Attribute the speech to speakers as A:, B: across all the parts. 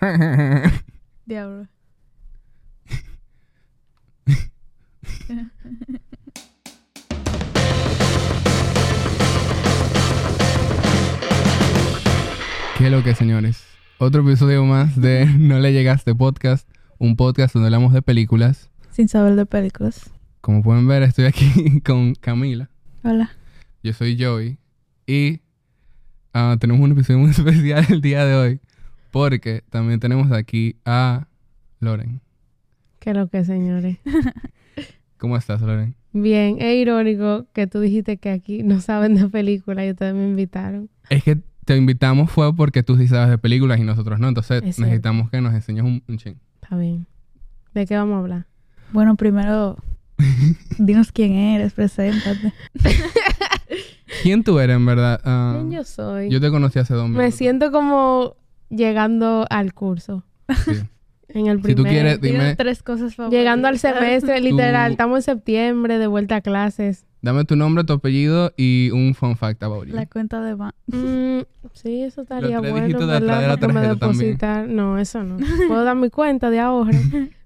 A: Diablo.
B: ¿Qué es lo que, señores? Otro episodio más de No le llegaste podcast, un podcast donde hablamos de películas.
A: Sin saber de películas.
B: Como pueden ver, estoy aquí con Camila.
A: Hola.
B: Yo soy Joey y ah, tenemos un episodio muy especial el día de hoy porque también tenemos aquí a Loren.
C: ¿Qué es lo que, señores?
B: ¿Cómo estás, Loren?
C: Bien, es irónico que tú dijiste que aquí no saben de película y ustedes me invitaron.
B: Es que te invitamos fue porque tú sí sabes de películas y nosotros no, entonces
C: Es cierto.
B: necesitamos que nos enseñes un, un ching.
C: Está bien. ¿De qué vamos a hablar?
A: Bueno, primero, dinos quién eres, preséntate.
B: ¿Quién tú eres, en verdad? Ah,
C: ¿Quién yo soy?
B: yo te conocí hace dos minutos.
C: me siento como llegando al curso.
B: Sí.
C: En el
B: Si
C: primer...
B: tú quieres, Eh, dime,
A: Dinos tres cosas favoritas.
C: Llegando al semestre, literal.
B: Tú-
C: Estamos en septiembre, de vuelta a clases.
B: dame tu nombre, tu apellido y un fun fact about you.
A: La cuenta de banco.
C: Mm, sí, eso estaría
B: tres
C: bueno,
B: dígitos de atrás
C: ¿verdad?
B: de la
C: Porque me
B: tarjeta también.
C: depositar- No, eso no. Puedo dar mi cuenta de ahorro.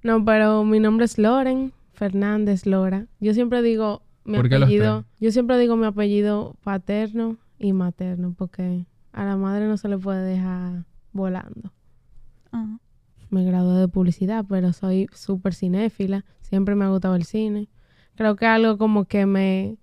C: No, pero mi nombre es Loren Fernández Lora. Yo siempre digo mi
B: ¿Por qué los
C: apellido. Yo siempre digo mi apellido paterno y materno porque a la madre no se le puede dejar volando.
A: Ah,
C: Me gradué de publicidad, pero soy súper cinéfila. Siempre me ha gustado el cine. Creo que algo como que me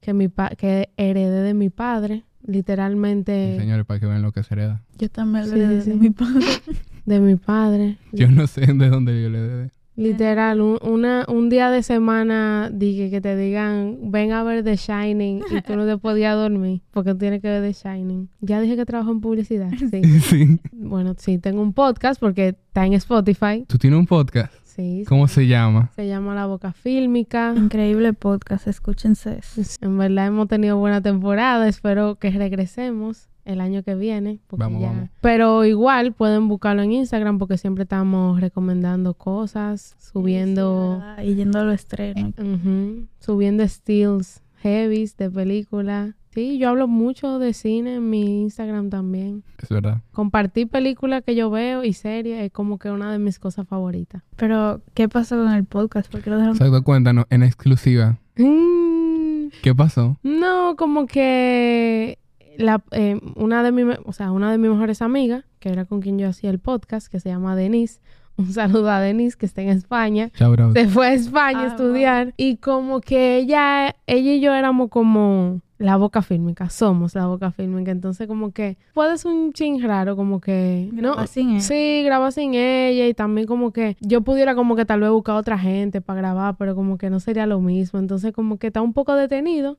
C: que mi pa- que heredé de mi padre,
B: Sí,
C: literalmente.
B: Señores, para que vean lo que se hereda.
A: Yo también lo
C: Sí, sí,
A: heredé de
C: sí.
A: mi padre.
C: De mi padre.
B: Yo no sé de dónde yo le dé.
C: Literal, un, una, un día de semana dije que te digan, ven a ver The Shining y tú no te podías dormir porque tú tienes que ver The Shining. Ya dije que trabajo en publicidad. Sí.
B: Sí.
C: bueno, sí, tengo un podcast porque está en Spotify.
B: Tú tienes un podcast.
C: Sí.
B: ¿Cómo se llama?
C: Se llama La Boca Fílmica.
A: Increíble podcast, escúchense. eso.
C: En verdad hemos tenido buena temporada. Espero que regresemos el año que viene. porque
B: Vamos,
C: ya-
B: vamos.
C: Pero igual pueden buscarlo en Instagram porque siempre estamos recomendando cosas, subiendo...
A: Sí, ¿verdad? y yendo a los estrenos.
C: Ujú. Subiendo steals heavies de película. Sí, yo hablo mucho de cine en mi Instagram también.
B: Es verdad.
C: Compartir películas que yo veo y series es como que una de mis cosas favoritas.
A: Pero, ¿qué pasó con el podcast? ¿Por qué lo dejaron?
B: Exacto, cuéntanos, en exclusiva.
C: Mm,
B: ¿Qué pasó?
C: no, como que la, eh, una, de mi, me- o sea, una de mis mejores amigas, que era con quien yo hacía el podcast, que se llama Denise. Un saludo a Denise, que está en España.
B: Chao, bro.
C: se fue a España
A: Ah,
C: a estudiar y como que ella, ella y yo éramos como la boca fílmica, somos la boca fílmica, entonces como que puedes un ching raro como que no
A: Grabar sin él.
C: Sí, graba sin ella y también como que yo pudiera como que tal vez buscar otra gente para grabar, pero como que no sería lo mismo. Entonces como que está un poco detenido.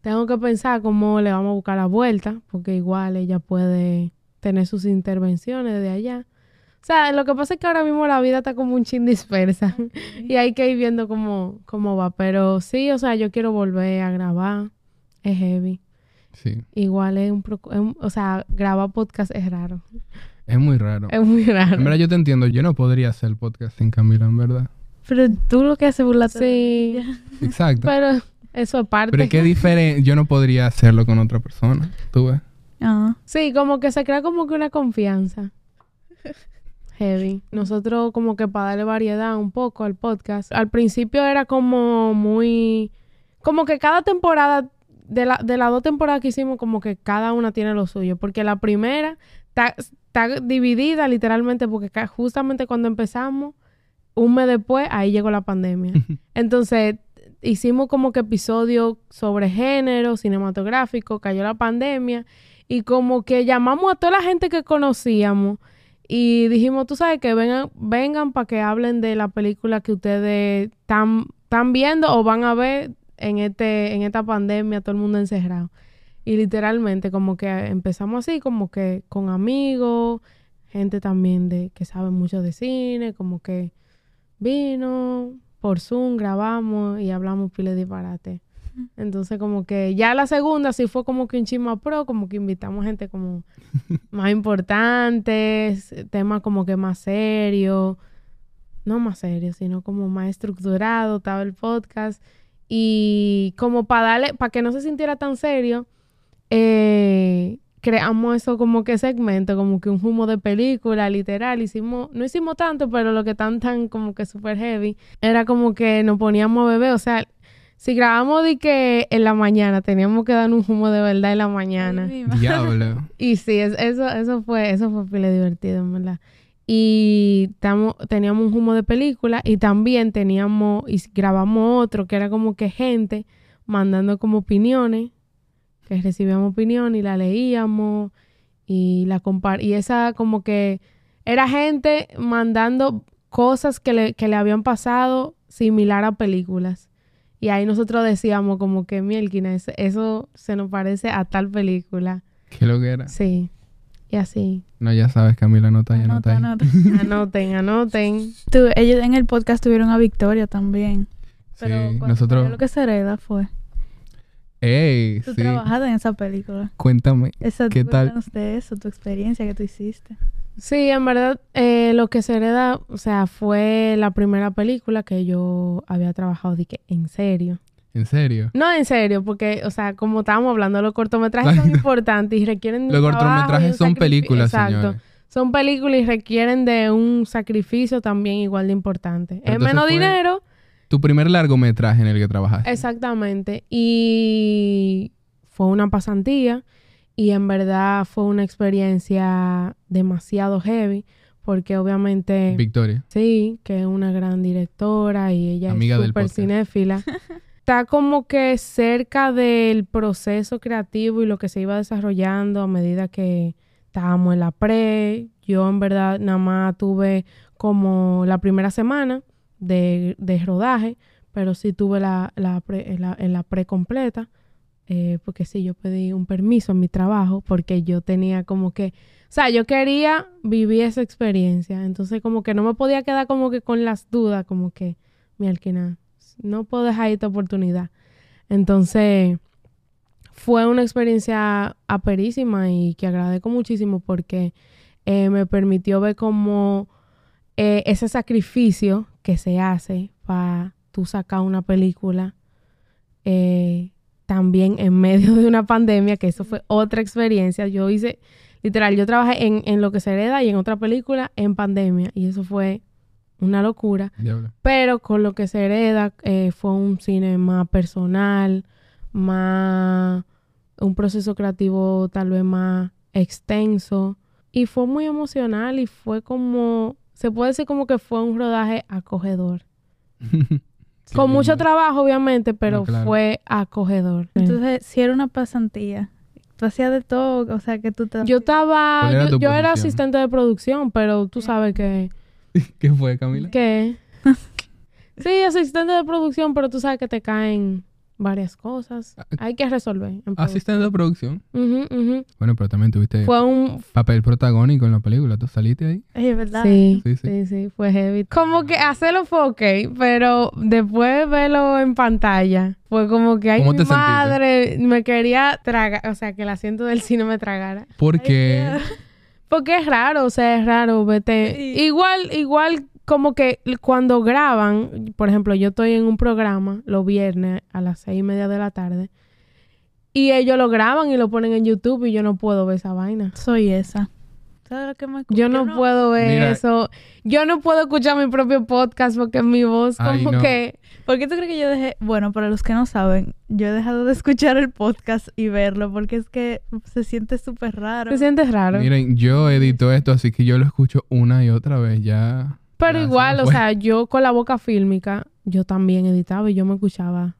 C: Tengo que pensar cómo le vamos a buscar la vuelta, porque igual ella puede tener sus intervenciones de allá. O sea, lo que pasa es que ahora mismo la vida está como un chin dispersa y hay que ir viendo cómo, cómo va. Pero sí, o sea, yo quiero volver a grabar. Es heavy.
B: Sí.
C: Igual es un... proc- es un- o sea, grabar podcast es raro.
B: Es muy raro.
C: Es muy raro.
B: En verdad, yo te entiendo. Yo no podría hacer podcast sin Camila, en verdad.
A: Pero tú lo que haces es burlarte.
C: Sí.
B: Exacto.
C: Pero eso aparte.
B: Pero es que es diferente. Yo no podría hacerlo con otra persona. ¿Tú ves?
A: Ah,
C: Sí, como que se crea como que una confianza. Heavy. Nosotros como que para darle variedad un poco al podcast. Al principio era como muy... Como que cada temporada, de, la, de las dos temporadas que hicimos, como que cada una tiene lo suyo. Porque la primera está, está dividida literalmente porque ca- justamente cuando empezamos, un mes después, ahí llegó la pandemia. Entonces, hicimos como que episodios sobre género, cinematográfico, cayó la pandemia y como que llamamos a toda la gente que conocíamos y dijimos, tú sabes, que vengan, vengan para que hablen de la película que ustedes están, están viendo o van a ver en, este, en esta pandemia, todo el mundo encerrado. Y literalmente como que empezamos así, como que con amigos, gente también de que sabe mucho de cine, como que vino, por Zoom grabamos y hablamos pile de disparate. Entonces como que ya la segunda sí fue como que un chisma pro, como que invitamos gente como más importantes, temas como que más serios, no más serios, sino como más estructurado, estaba el podcast y como para darle, para que no se sintiera tan serio, eh, creamos eso como que segmento, como que un humo de película, literal, hicimos, no hicimos tanto, pero lo que tan tan como que super heavy, era como que nos poníamos a beber, o sea, si grabamos de que en la mañana, teníamos que dar un humo de verdad en la mañana.
A: Ay, mi madre.
B: Diablo.
C: Y sí, es- eso, eso fue, eso fue pile divertido, en verdad. Y tamo- teníamos un humo de película y también teníamos, y s- grabamos otro que era como que gente mandando como opiniones, que recibíamos opinión y la leíamos y la compar y esa como que era gente mandando cosas que le, que le habían pasado similar a películas. Y ahí nosotros decíamos como que, mielquina, es- eso se nos parece a tal película.
B: Qué lo que era.
C: Sí. Y así.
B: No, ya sabes, Camila, anota, ya anota.
A: Anota,
B: ahí.
A: anota.
C: Anoten, anoten.
A: Tú- ellos en el podcast tuvieron a Victoria también. Pero
B: Sí,
A: cuando salió
B: nosotros.
A: Lo que se hereda fue.
B: ¡Ey!
A: Tú
B: Sí.
A: trabajaste en esa película.
B: Cuéntame.
A: Esa,
B: ¿Qué tal?
A: cuéntanos de eso, tu experiencia que tú hiciste.
C: Sí, en verdad, eh, lo que se hereda, o sea, fue la primera película que yo había trabajado, dije, en serio.
B: ¿En serio?
C: No, en serio, porque, o sea, como estábamos hablando, los cortometrajes son
B: Claro.
C: importantes y requieren... de
B: Los
C: un trabajo y un
B: cortometrajes son
C: sacrifi-
B: películas,
C: Exacto.
B: señores.
C: Son películas y requieren de un sacrificio también igual de importante.
B: Pero
C: es
B: entonces
C: menos
B: fue-
C: dinero,
B: Tu primer largometraje en el que trabajaste.
C: Exactamente. Y fue una pasantía y en verdad fue una experiencia demasiado heavy porque obviamente
B: Victoria.
C: sí, que es una gran directora y ella
B: Amiga
C: es
B: del
C: súper
B: podcast.
C: cinéfila. Está como que cerca del proceso creativo y lo que se iba desarrollando a medida que estábamos en la pre. Yo en verdad nada más tuve como la primera semana de, de rodaje, pero sí tuve la, la pre, en la, en la pre completa. eh, porque sí, yo pedí un permiso en mi trabajo porque yo tenía como que o sea, yo quería vivir esa experiencia. Entonces, como que no me podía quedar como que con las dudas, como que, mi alquina, no puedo dejar esta oportunidad. Entonces, fue una experiencia aperísima y que agradezco muchísimo porque eh, me permitió ver como eh, ese sacrificio que se hace para tú sacar una película eh, también en medio de una pandemia, que eso fue otra experiencia. Yo hice, literal, yo trabajé en, en Lo que se hereda y en otra película en pandemia y eso fue una locura.
B: Diablo.
C: Pero con lo que se hereda eh, fue un cine más personal, más un proceso creativo tal vez más extenso. Y fue muy emocional y fue como, se puede decir como que fue un rodaje acogedor.
B: Qué
C: con mucho
B: lindo.
C: trabajo, obviamente, pero
B: No, claro.
C: fue acogedor.
A: Entonces, si era una pasantía, tú hacías de todo, o sea, que tú te...
C: yo estaba,
B: ¿Cuál era
C: yo,
B: tu
C: yo era
B: posición?
C: asistente de producción, pero tú sabes que...
B: ¿Qué fue, Camila?
C: ¿Qué? sí, asistente de producción, pero tú sabes que te caen varias cosas.
B: Ah, eh.
C: Hay que resolver. en producción.
B: Asistente de producción.
C: Ujú, ujú.
B: Bueno, pero también tuviste
C: Fue un...
B: papel protagónico en la película. ¿Tú saliste ahí?
A: Oye, ¿verdad?
C: Sí,
B: Sí, sí.
C: sí, sí, fue heavy. Como que hacerlo fue ok, pero después de verlo en pantalla, fue como que, ay,
B: ¿Cómo
C: mi
B: te sentiste?
C: madre, me quería tragar, o sea, que el asiento del cine me tragara.
B: Porque
C: Porque es raro, o sea, es raro, vete.
A: Sí.
C: Igual, igual como que l- cuando graban, por ejemplo, yo estoy en un programa los viernes a las seis y media de la tarde y ellos lo graban y lo ponen en YouTube y yo no puedo ver esa vaina.
A: Soy esa. ¿Sabes lo que me
C: Yo no, puedo ver
B: Mira.
C: eso. Yo no puedo escuchar mi propio podcast porque mi voz como
B: Ay, no.
C: que...
A: ¿Por qué tú crees que yo dejé? Bueno, para los que no saben, yo he dejado de escuchar el podcast y verlo porque es que se siente súper raro.
C: Te sientes raro.
B: Miren, yo edito esto, así que yo lo escucho una y otra vez ya.
C: Pero
B: ya se
C: igual,
B: me
C: o
B: fue.
C: sea, yo con la boca fílmica, yo también editaba y yo me escuchaba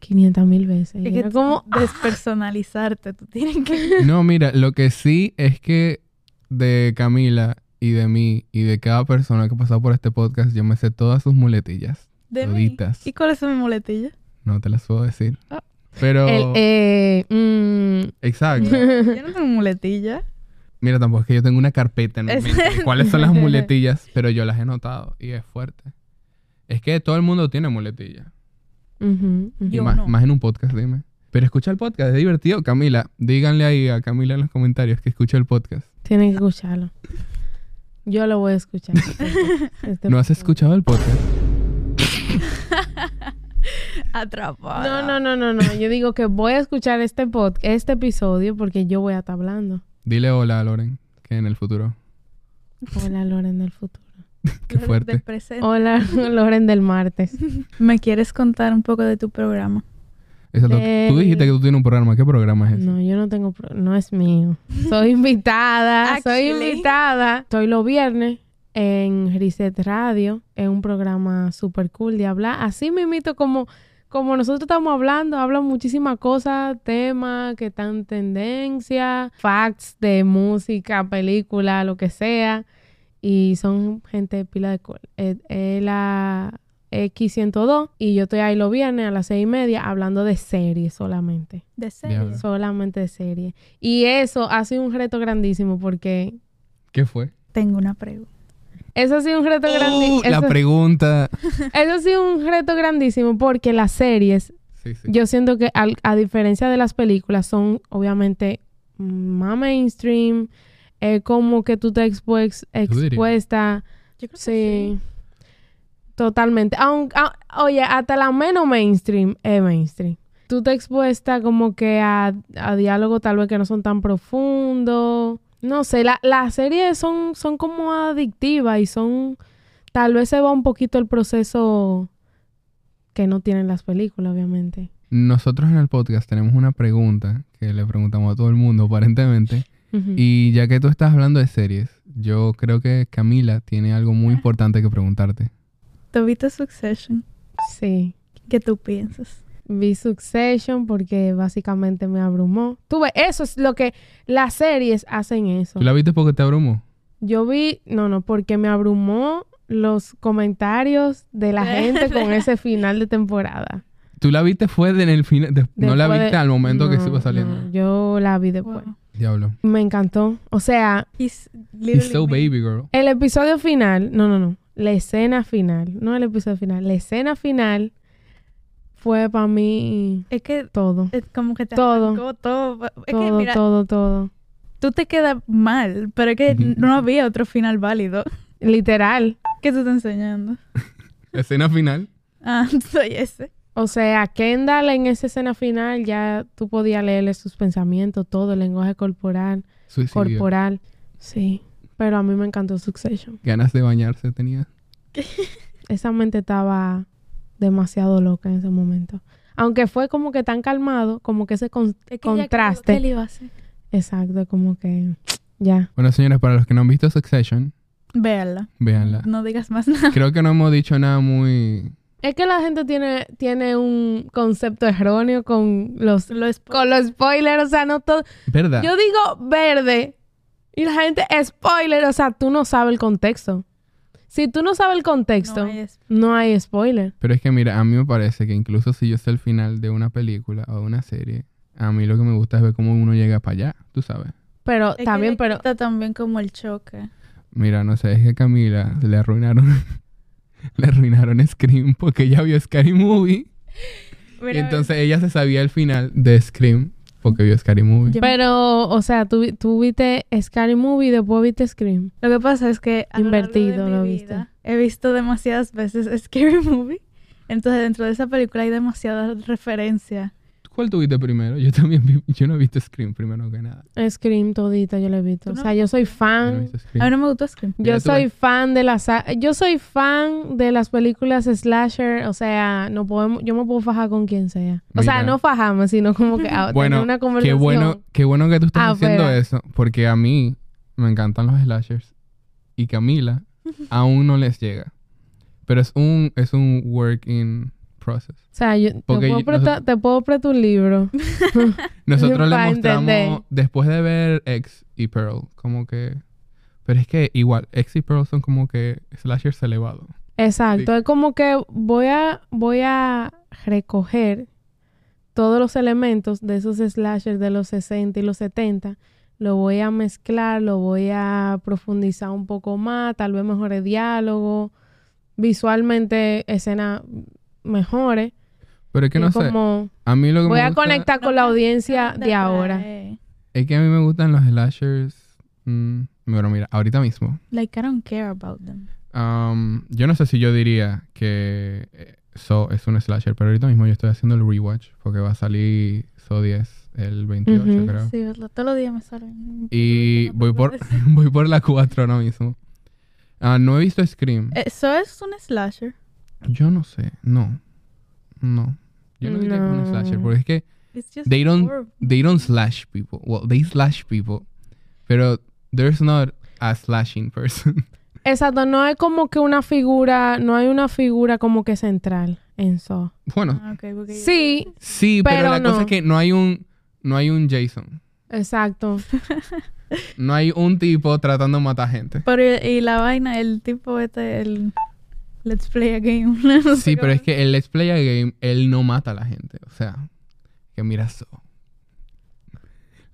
C: 500 mil veces. Y
A: Es que
C: era como...
A: despersonalizarte, tú tienes que...
B: No, mira, lo que sí es que de Camila y de mí y de cada persona que ha pasado por este podcast, yo me sé todas sus muletillas.
A: De mí.
B: Toditas.
A: ¿Y cuál es mi muletilla?
B: No te las puedo decir.
A: Ah.
B: Pero.
C: El, eh, mm,
B: Exacto.
A: Yo no tengo muletilla.
B: Mira, tampoco es que yo tengo una carpeta en mi
A: Es-
B: mente de cuáles son las muletillas, pero yo las he notado y es fuerte. Es que todo el mundo tiene muletillas.
C: ujú, ujú.
B: Y
A: Yo
B: más,
A: no.
B: más en un podcast, dime. Pero escucha el podcast, es divertido. Camila, díganle ahí a Camila en los comentarios que escucha el podcast.
C: Tienen que escucharlo. Yo lo voy a escuchar. Este
B: ¿No has
C: podcast.
B: escuchado el podcast?
A: Atrapada.
C: No, no, no, no, no. Yo digo que voy a escuchar este pod, este episodio porque yo voy a estar hablando.
B: Dile hola a Loren, que en el futuro.
C: Hola, Loren del futuro.
B: Qué
A: Del- del
B: fuerte.
A: presente.
C: Hola, Loren del martes.
A: ¿Me quieres contar un poco de tu programa?
B: Exacto. Tú
C: Eh,
B: dijiste que tú tienes un programa. ¿Qué programa es ese?
C: No, yo no tengo... pro- No es mío. Soy invitada. soy
A: Actually.
C: invitada. Estoy los viernes en Reset Radio. Es un programa super cool de hablar. Así mismito como... Como nosotros estamos hablando, hablan muchísimas cosas, temas que están en tendencia, facts de música, película, lo que sea. Y son gente de pila de... col- eh, eh, la X102 y yo estoy ahí los viernes a las seis y media hablando de series solamente.
A: De
B: Diablo.
A: series.
C: Solamente serie. Y eso ha sido un reto grandísimo porque...
B: ¿Qué fue?
A: Tengo una pregunta.
C: Eso ha sido un reto
B: Uh,
C: grandísimo.
B: la
C: Eso,
B: pregunta.
C: eso ha sido un reto grandísimo porque las series,
B: Sí, sí.
C: yo siento que al- a diferencia de las películas, son obviamente más mainstream, eh, como que tú te expues-
B: dirías?
C: expuesta.
A: Yo creo que
C: Sí. Totalmente. Aun- a- oye, hasta la menos mainstream es mainstream. Tú te expuesta como que a, a diálogos tal vez que no son tan profundos. No sé, la- las series son, son como adictivas y son... Tal vez se va un poquito el proceso que no tienen las películas, obviamente.
B: Nosotros en el podcast tenemos una pregunta que le preguntamos a todo el mundo, aparentemente.
C: Ujú.
B: Y ya que tú estás hablando de series, yo creo que Camila tiene algo
C: Ah.
B: muy importante que preguntarte.
A: ¿Tuviste Succession?
C: Sí.
A: ¿Qué tú piensas?
C: Vi Succession porque básicamente me abrumó. Tú ves, eso es lo que las series hacen eso.
B: ¿Tú la viste porque te abrumó?
C: Yo vi, no, no, porque me abrumó los comentarios de la gente con ese final de temporada.
B: ¿Tú la viste fue de- en el final? de- no la
C: Después de-
B: viste al momento que
C: No,
B: estuvo saliendo.
C: no, yo la vi después.
A: Wow.
B: Diablo.
C: Me encantó. O sea,
A: He's literally
B: It's so
A: me.
B: baby girl.
C: el episodio final, no, no, no, la escena final, no el episodio final, la escena final fue para mí
A: Es que
C: todo.
A: es como que te
C: Todo.
A: arrancó todo. Es que
C: todo,
A: mira,
C: todo, todo.
A: tú te quedas mal, pero es que
B: Ujú.
A: no había otro final válido.
C: Literal.
A: ¿Qué te está enseñando?
B: Escena final.
A: Ah, soy ese.
C: O sea, Kendall en esa escena final ya tú podías leerle sus pensamientos, todo, el lenguaje corporal.
B: Suicidio.
C: corporal. Sí, pero a mí me encantó Succession.
B: Ganas de bañarse tenía.
C: Esa mente estaba demasiado loca en ese momento. Aunque fue como que tan calmado, como que ese con- contraste. Exacto, como que ya.
B: Bueno, señores, para los que no han visto Succession,
A: Véanla.
B: véanla.
A: No digas más nada.
B: Creo que no hemos dicho nada muy...
C: Es que la gente tiene, tiene un concepto erróneo con los,
A: Lo spo-
C: con los spoilers, o sea, no todo.
B: ¿Verdad?
C: Yo digo verde y la gente, spoiler, o sea, tú no sabes el contexto. Si tú no sabes el contexto,
A: No hay spo-
C: no hay spoiler.
B: Pero es que mira, a mí me parece que incluso si yo sé el final de una película o de una serie, a mí lo que me gusta es ver cómo uno llega para allá, tú sabes.
C: Pero
A: es que
C: también,
A: le
C: pero
A: quita también como el choque.
B: Mira, no sé, es que a Camila le arruinaron... le arruinaron Scream porque ella vio Scary Movie. y
A: Mira,
B: entonces ella se sabía el final de Scream porque vio Scary Movie.
A: Yo-
C: Pero, o sea, tú, vi- tú viste Scary Movie y después viste Scream.
A: Lo que pasa es que a lo largo de
C: Invertido,
A: mi
C: lo
A: vida, He visto demasiadas veces Scary Movie. Entonces dentro de esa película hay demasiada referencia.
B: ¿Cuál tuviste primero? Yo también vi- yo no he visto Scream primero que nada.
C: Scream todita yo la he visto.
A: ¿Tú
C: O
A: no?
C: sea, yo soy
B: Yo no he
C: fan.
B: visto
A: A mí
B: Scream.
A: no me gustó Scream.
B: Mira,
C: Yo
B: tú ves.
C: soy fan de las yo soy fan de las películas slasher, o sea, no podemos yo me puedo fajar con quien sea. O sea,
B: Mira.
C: no fajamos, sino como que ah,
B: Bueno,
C: tener una
B: Qué
C: conversación.
B: bueno, qué bueno que tú estás
C: Ah,
B: diciendo
C: fuera.
B: eso, porque a mí me encantan los slashers y Camila aún no les llega. Pero es un es un work in process.
C: O sea, yo te
B: Porque
C: puedo,
B: yo-
C: prestar, te puedo prestar un libro.
B: Nosotros le
C: Pa'
B: mostramos
C: entender.
B: después de ver X y Pearl, como que pero es que igual X y Pearl son como que slashers elevados.
C: Exacto, es como que voy a voy a recoger todos los elementos de esos slashers de los 60 y los 70, lo voy a mezclar, lo voy a profundizar un poco más, tal vez mejore diálogo, visualmente escena mejores.
B: Pero es que
C: y
B: no sé,
C: como
B: a mí lo que
C: voy
B: me
C: a
B: gusta
C: conectar con la
A: No me-
C: audiencia
A: no me
C: de ahora.
A: atrae.
B: es que a mí me gustan los slashers. mm, bueno, mira, ahorita mismo
A: Like I don't care about them.
B: Um, yo no sé si yo diría que eh, So es un slasher, pero ahorita mismo yo estoy haciendo el rewatch porque va a salir So 10 el 28,
C: Ujú.
B: creo.
A: Sí, ¿verdad? Todos los días me salen.
B: Y
A: Yo no
B: voy
A: puedo
B: por,
A: decir.
B: voy por la 4 ahora mismo. Ah, no he visto Scream.
A: Eso Eh, es un slasher.
B: Yo no sé, no. No. Yo no diría que es un
C: No.
B: slasher porque es que
A: It's just
B: they
A: horror.
B: don't they don't slash people. Well, they slash people, pero there's not a slashing person.
C: Exacto, no hay como que una figura, no hay una figura como que central en Saw.
B: bueno,
A: Ah, ok, porque yo-
C: Sí,
B: sí, pero,
C: Pero
B: la cosa
C: no.
B: es que no hay un no hay un Jason.
C: exacto.
B: No hay un tipo tratando de matar gente.
A: Pero y- y la vaina, el tipo este, el Let's Play a Game. no sé
B: Sí, pero
A: cómo.
B: es que el Let's Play a Game, él no mata a la gente. O sea, que mira So.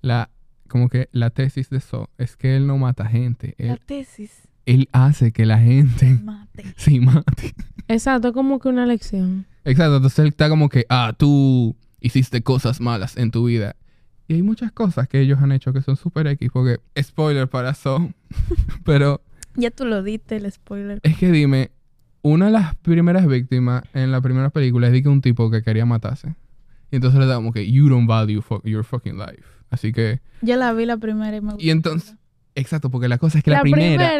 B: La, como que la tesis de So es que él no mata gente.
A: La
B: Él,
A: tesis
B: él hace que la gente
A: mate.
B: se mate.
C: Exacto, como que una lección.
B: Exacto, entonces él está como que, ah, tú hiciste cosas malas en tu vida. Y hay muchas cosas que ellos han hecho que son super X, porque, spoiler para So, pero
A: Ya tú lo diste, el spoiler.
B: es que dime, una de las primeras víctimas en la primera película es de que un tipo que quería matarse. Y entonces le da como que, you don't value fu- your fucking life. Así que,
A: Ya la vi la primera y me gustó.
B: y entonces, exacto, porque la cosa es que la,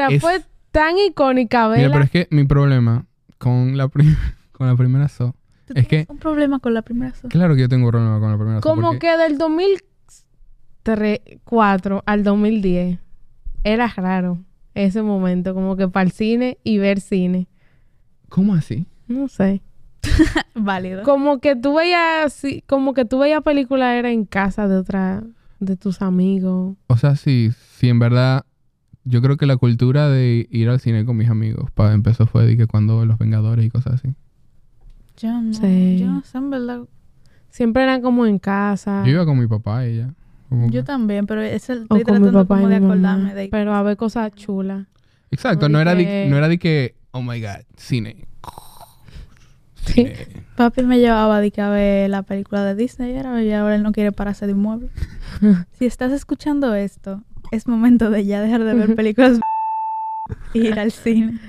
B: es-
C: fue tan icónica,
B: Mira, pero
C: ¿verdad?
B: es que mi problema con la, prim- con la primera So,
A: Tú
B: es
A: tienes
B: que-
A: un problema con la primera so-
B: claro que yo tengo un problema con la primera So.
C: Como
B: porque-
C: que del 2004 al 2010 era raro ese momento, como que para el cine y ver cine.
B: ¿Cómo así?
C: No sé.
A: Válido.
C: Como que tú veías, sí, como que tú veías película era en casa de otra, de tus amigos.
B: O sea, sí, sí, en verdad, yo creo que la cultura de ir al cine con mis amigos pa- empezó fue de que cuando Los Vengadores y cosas así.
A: Yo no,
C: Sí.
A: yo no sé, en verdad.
C: Siempre eran como en casa.
B: Yo iba con mi papá y ya. Como
A: Yo
B: que-
A: también, pero es el,
C: Mm. o
A: estoy
C: con mi
A: tratando
C: papá y
A: como de
C: mi mamá,
A: acordarme de
C: Pero a ver cosas chulas.
B: Exacto,
C: no,
B: no
C: de
B: era, de,
C: que-
B: no era de que, oh my god, cine.
C: Sí.
B: Eh,
A: Papi me llevaba de que a ver la película de Disney era, y ahora él no quiere pararse de un mueble. si estás escuchando esto, es momento de ya dejar de ver películas y ir al cine.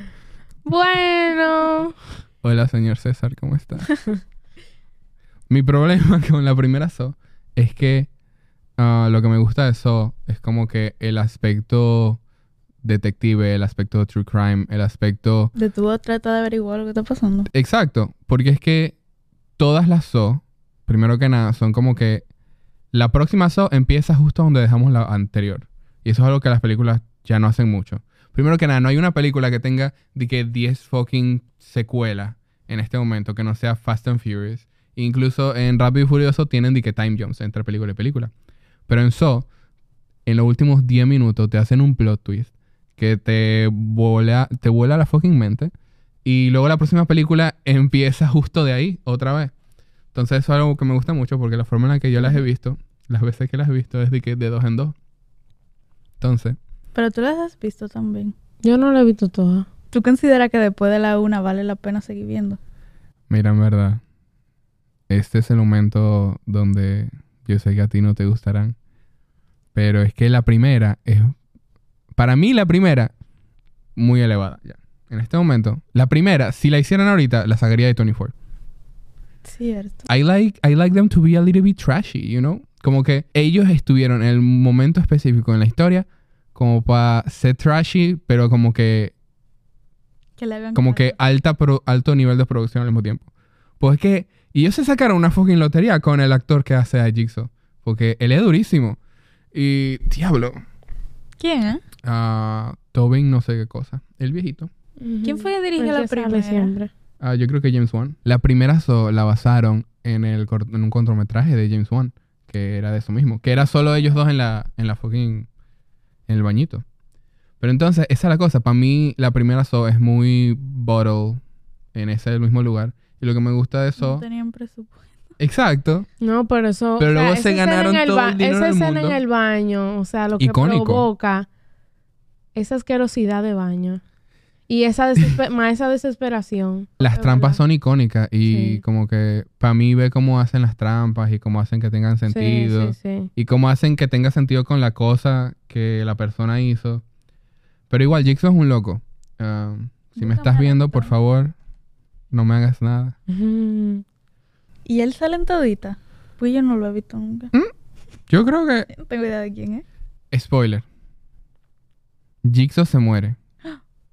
C: Bueno.
B: Hola, señor César, ¿cómo está? mi problema con la primera So es que ah, lo que me gusta de So es como que el aspecto detective, el aspecto true crime, el aspecto
A: De tu voz trata de averiguar lo que está pasando.
B: Exacto, porque es que todas las SO, primero que nada, son como que la próxima SO empieza justo donde dejamos la anterior. Y eso es algo que las películas ya no hacen mucho. Primero que nada, no hay una película que tenga de que 10 fucking secuelas en este momento que no sea Fast and Furious. Incluso en Rápido y Furioso tienen de que time jumps entre película y película. Pero en SO, en los últimos 10 minutos te hacen un plot twist que te vuela, te vuela la fucking mente. Y luego la próxima película empieza justo de ahí, otra vez. Entonces eso es algo que me gusta mucho porque la forma en la que yo las he visto, las veces que las he visto es de, que de dos en dos. Entonces,
A: Pero tú las has visto también.
C: Yo no la he visto toda.
A: ¿Tú consideras que después de la una vale la pena seguir viendo?
B: mira, en verdad, este es el momento donde yo sé que a ti no te gustarán. Pero es que la primera es, para mí la primera, muy elevada ya. En este momento, la primera, si la hicieran ahorita, la sacaría de 24.
A: Cierto.
B: I like, I like them to be a little bit trashy, you know? Como que ellos estuvieron en el momento específico en la historia como para ser trashy, pero como que,
A: Que le hagan
B: como que alta pro- alto nivel de producción al mismo tiempo. Pues es que y ellos se sacaron una fucking lotería con el actor que hace a Jigsaw, porque él es durísimo. Y diablo,
A: ¿Quién, eh?
B: a Tobin no sé qué cosa, el viejito.
A: ¿Quién fue que dirigió
C: El
A: la
C: que sale
A: primera?
C: siempre.
B: Ah, yo creo que James Wan. La primera so- la basaron en, el cor- en un cortometraje de James Wan, que era de eso mismo. Que era solo ellos dos en la, en la fucking... En el bañito. Pero entonces, esa es la cosa. Para mí, la primera so es muy bottle en ese mismo lugar. Y lo que me gusta de eso...
A: No tenían presupuesto.
B: Exacto.
C: No, pero eso.
B: Pero luego
C: esa
B: se
C: escena
B: ganaron
C: en
B: todo
C: ba-
B: el dinero
C: Esa
B: del
C: escena
B: mundo.
C: en el baño, o sea, lo que
B: Icónico.
C: provoca esa asquerosidad de baño. Y esa, desespe- más esa desesperación.
B: Las
C: Es
B: trampas
C: verdad.
B: son icónicas. Y
C: Sí.
B: como que... Para mí, ve cómo hacen las trampas y cómo hacen que tengan sentido.
C: Sí, sí, sí.
B: y cómo hacen que tenga sentido con la cosa que la persona hizo. Pero igual, Jigsaw es un loco. Ah, si me
A: Búscame
B: estás
A: al
B: viendo,
A: actor.
B: por favor, no me hagas nada.
C: Ujú.
A: Y él sale en todita. Pues yo no lo he visto nunca.
B: Yo creo que,
A: No tengo idea de quién es.
B: spoiler, Jigsaw se muere.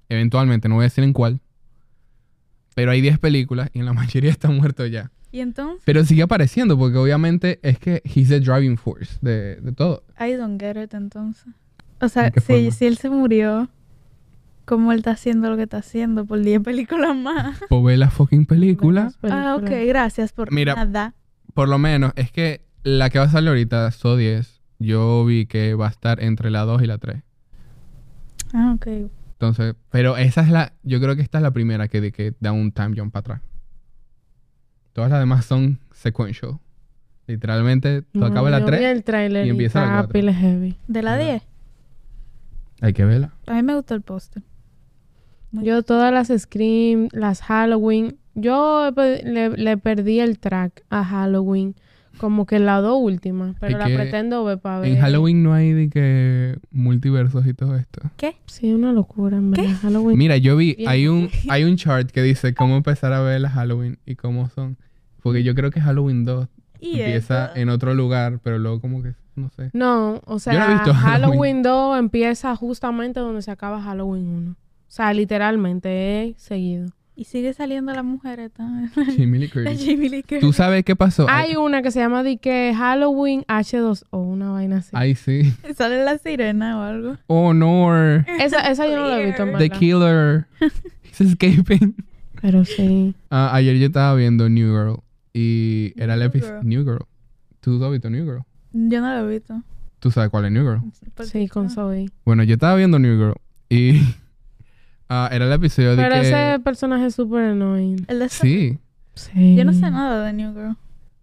B: Eventualmente, no voy a decir en cuál. Pero hay 10 películas y en la mayoría está muerto ya.
A: Y entonces,
B: Pero sigue apareciendo porque obviamente es que he's the driving force de, de todo.
A: I don't get it entonces. O sea,
B: ¿En qué
A: si,
B: forma?
A: si él se murió, ¿cómo él está haciendo lo que está haciendo por 10 películas más?
B: Pues ve la fucking película.
C: Buenas películas.
A: Ah, ok, gracias por
B: Mira.
A: nada.
B: Por lo menos es que la que va a salir ahorita, So 10, yo vi que va a estar entre la 2 y la 3.
A: Ah, ok.
B: Entonces, pero esa es la, yo creo que esta es la primera que, que da un time jump para atrás. Todas las demás son sequential. Literalmente, tú
C: No,
B: acabas la
C: yo vi
B: 3,
C: el tráiler
B: y
C: y
B: empieza la
C: está
B: cuatro.
C: pila heavy.
A: De la
B: Mira.
A: 10,
B: hay que verla.
A: a mí me gustó el póster. Muy
C: Yo todas las Scream, las Halloween, yo pe- le, le perdí el track a Halloween, como que la dos última, pero
B: Es
C: la
B: que
C: pretendo ver para ver.
B: En Halloween no hay de que multiversos y todo esto.
C: Sí, una locura, en verdad. Halloween.
B: Mira, yo vi,
C: Bien.
B: hay un, hay un chart que dice cómo empezar a ver las Halloween y cómo son. Porque yo creo que Halloween 2
A: Y
B: empieza
A: eso?
B: en otro lugar, pero luego como que, no sé.
C: No, o sea,
B: Yo no he visto Halloween.
C: Halloween 2 empieza justamente donde se acaba Halloween 1. O sea, literalmente es seguido.
A: Y sigue saliendo la mujer esta.
B: Jamie Lee
A: la
B: Curtis.
A: Jamie Lee Curtis.
B: ¿Tú sabes qué pasó?
C: Hay una que se llama de que Halloween H2O, una vaina así.
B: Ay, sí.
A: Sale la sirena o algo.
B: Honor.
C: Esa, esa yo no la he visto, en
B: The
C: verdad.
B: Killer. He's escaping.
C: Pero sí.
B: Ah, ayer yo estaba viendo New Girl y era el
A: New
B: episodio...
A: Girl.
B: New Girl. ¿Tú has visto New Girl?
A: Yo no lo he visto. Ah.
B: ¿Tú sabes cuál es New Girl?
C: Sí, con Zoe.
B: Bueno, yo estaba viendo New Girl y ah, era el episodio de
C: Pero
B: que...
C: ese personaje es súper annoying.
A: El de esa-
B: Sí.
C: Sí.
A: Yo no sé nada de New Girl.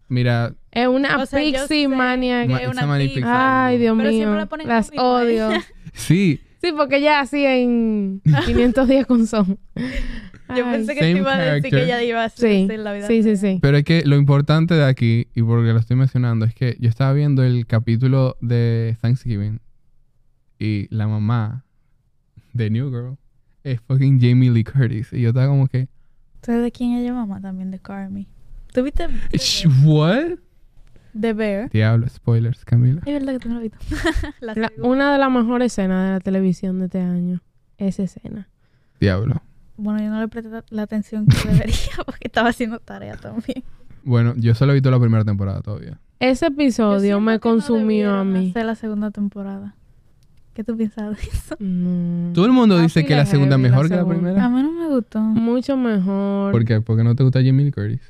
B: Mira,
C: Es una
A: O sea, yo
C: pixie
A: sé-
C: maniac.
B: Ma-
A: Es una
B: esa mani
A: actriz.
B: pixie.
C: Ay, Dios
A: Pero siempre
C: mío.
A: la ponen
C: Las
A: como mi
C: odio.
B: Sí.
C: Sí, porque ya así en 510 con son.
A: Yo
C: Ay,
A: pensé que te
B: Same
A: iba a decir
B: character.
A: que ella iba a hacer
C: Sí,
A: la vida.
C: sí, sí,
A: real.
C: sí.
B: Pero es que lo importante de aquí, y porque lo estoy mencionando, es que yo estaba viendo el capítulo de Thanksgiving y la mamá de New Girl es fucking Jamie Lee Curtis. Y yo estaba como que,
A: ¿Sabes de quién ella mamá también? De Carmi. ¿Tuviste
B: "Sh- ¿what?
A: de Bear?
B: Diablo, spoilers, Camila.
A: Es verdad que tú no lo has visto. la
C: La-
A: segunda.
C: una de las mejores escenas de la televisión de este año. Esa escena.
B: Diablo.
A: Bueno, yo no le presté la atención que debería porque estaba haciendo tarea también.
B: Bueno, yo solo he visto la primera temporada todavía.
C: Ese
A: Yo
C: episodio
A: siento que
C: Oh, me
A: no
C: consumió a
A: debieron
C: mí.
A: hacer la segunda temporada. ¿Qué tú piensas de eso?
C: No.
B: Todo el mundo
C: Ah,
B: dice
C: sí,
B: que
C: la
B: la segunda es
C: heavy, la
B: mejor que la
C: segunda. Ah,
A: A
B: primera.
A: mí no me gustó.
C: Mucho mejor.
B: ¿Por qué? Porque no te gusta Jamie Lee Curtis.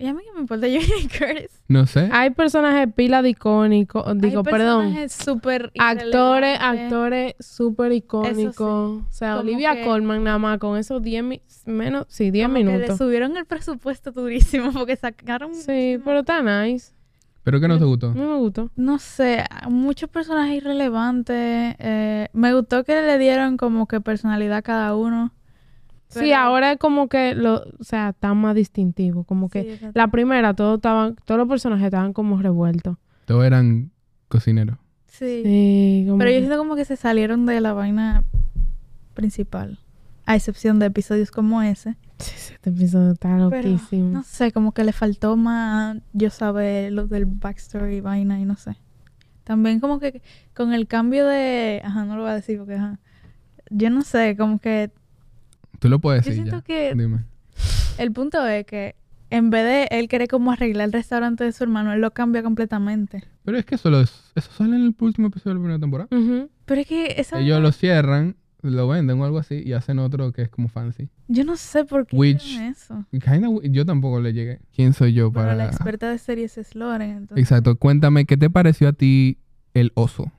A: Y a mí que me importa Jamie Lee Curtis.
B: No sé.
C: Hay personajes pila de icónicos. Digo,
A: Hay
C: perdón.
A: personajes súper
C: Actores,
A: irrelevantes.
C: actores súper icónicos. O sea,
A: Como
C: Olivia
A: que-
C: Colman nada más con esos 10 mi- menos, sí, 10
A: Como que Le
C: minutos.
A: subieron el presupuesto durísimo porque sacaron.
C: Sí, pero está nice.
B: ¿Pero qué no te gustó?
C: No me gustó.
A: No sé, muchos personajes irrelevantes. eh, me gustó que le dieron como que personalidad a cada uno.
C: Sí,
A: Pero-
C: ahora es como que lo, o sea, está más distintivo, como que
A: Sí, exacto.
C: la primera todo estaban, todos los personajes estaban como revueltos.
B: Todos eran cocineros.
A: Sí.
C: Sí, como
A: Pero yo
C: que-
A: siento como que se salieron de la vaina principal. A excepción de episodios como ese.
C: Sí, sí, este episodio está
A: Pero,
C: loquísimo.
A: no sé, como que le faltó más yo saber lo del backstory y vaina y no sé. También como que con el cambio de... Ajá, no lo voy a decir porque ajá. Yo no sé, como que
B: Tú lo puedes
A: Yo
B: decir
A: siento
B: ya.
A: que-
B: Dime.
A: el punto es que en vez de él querer como arreglar el restaurante de su hermano, él lo cambia completamente.
B: Pero es que eso, lo- eso sale en el último episodio de la primera temporada.
C: Ujú.
A: Pero es que esa...
B: Ellos lo cierran, lo venden o algo así y hacen otro que es como fancy.
A: Yo no sé por qué
B: Which-
A: hicieron eso.
B: Kinda we- yo tampoco le llegué. ¿Quién soy yo
A: Pero
B: para...?
A: la experta de series es Lauren, entonces...
B: Exacto. Cuéntame, ¿qué te pareció a ti el oso?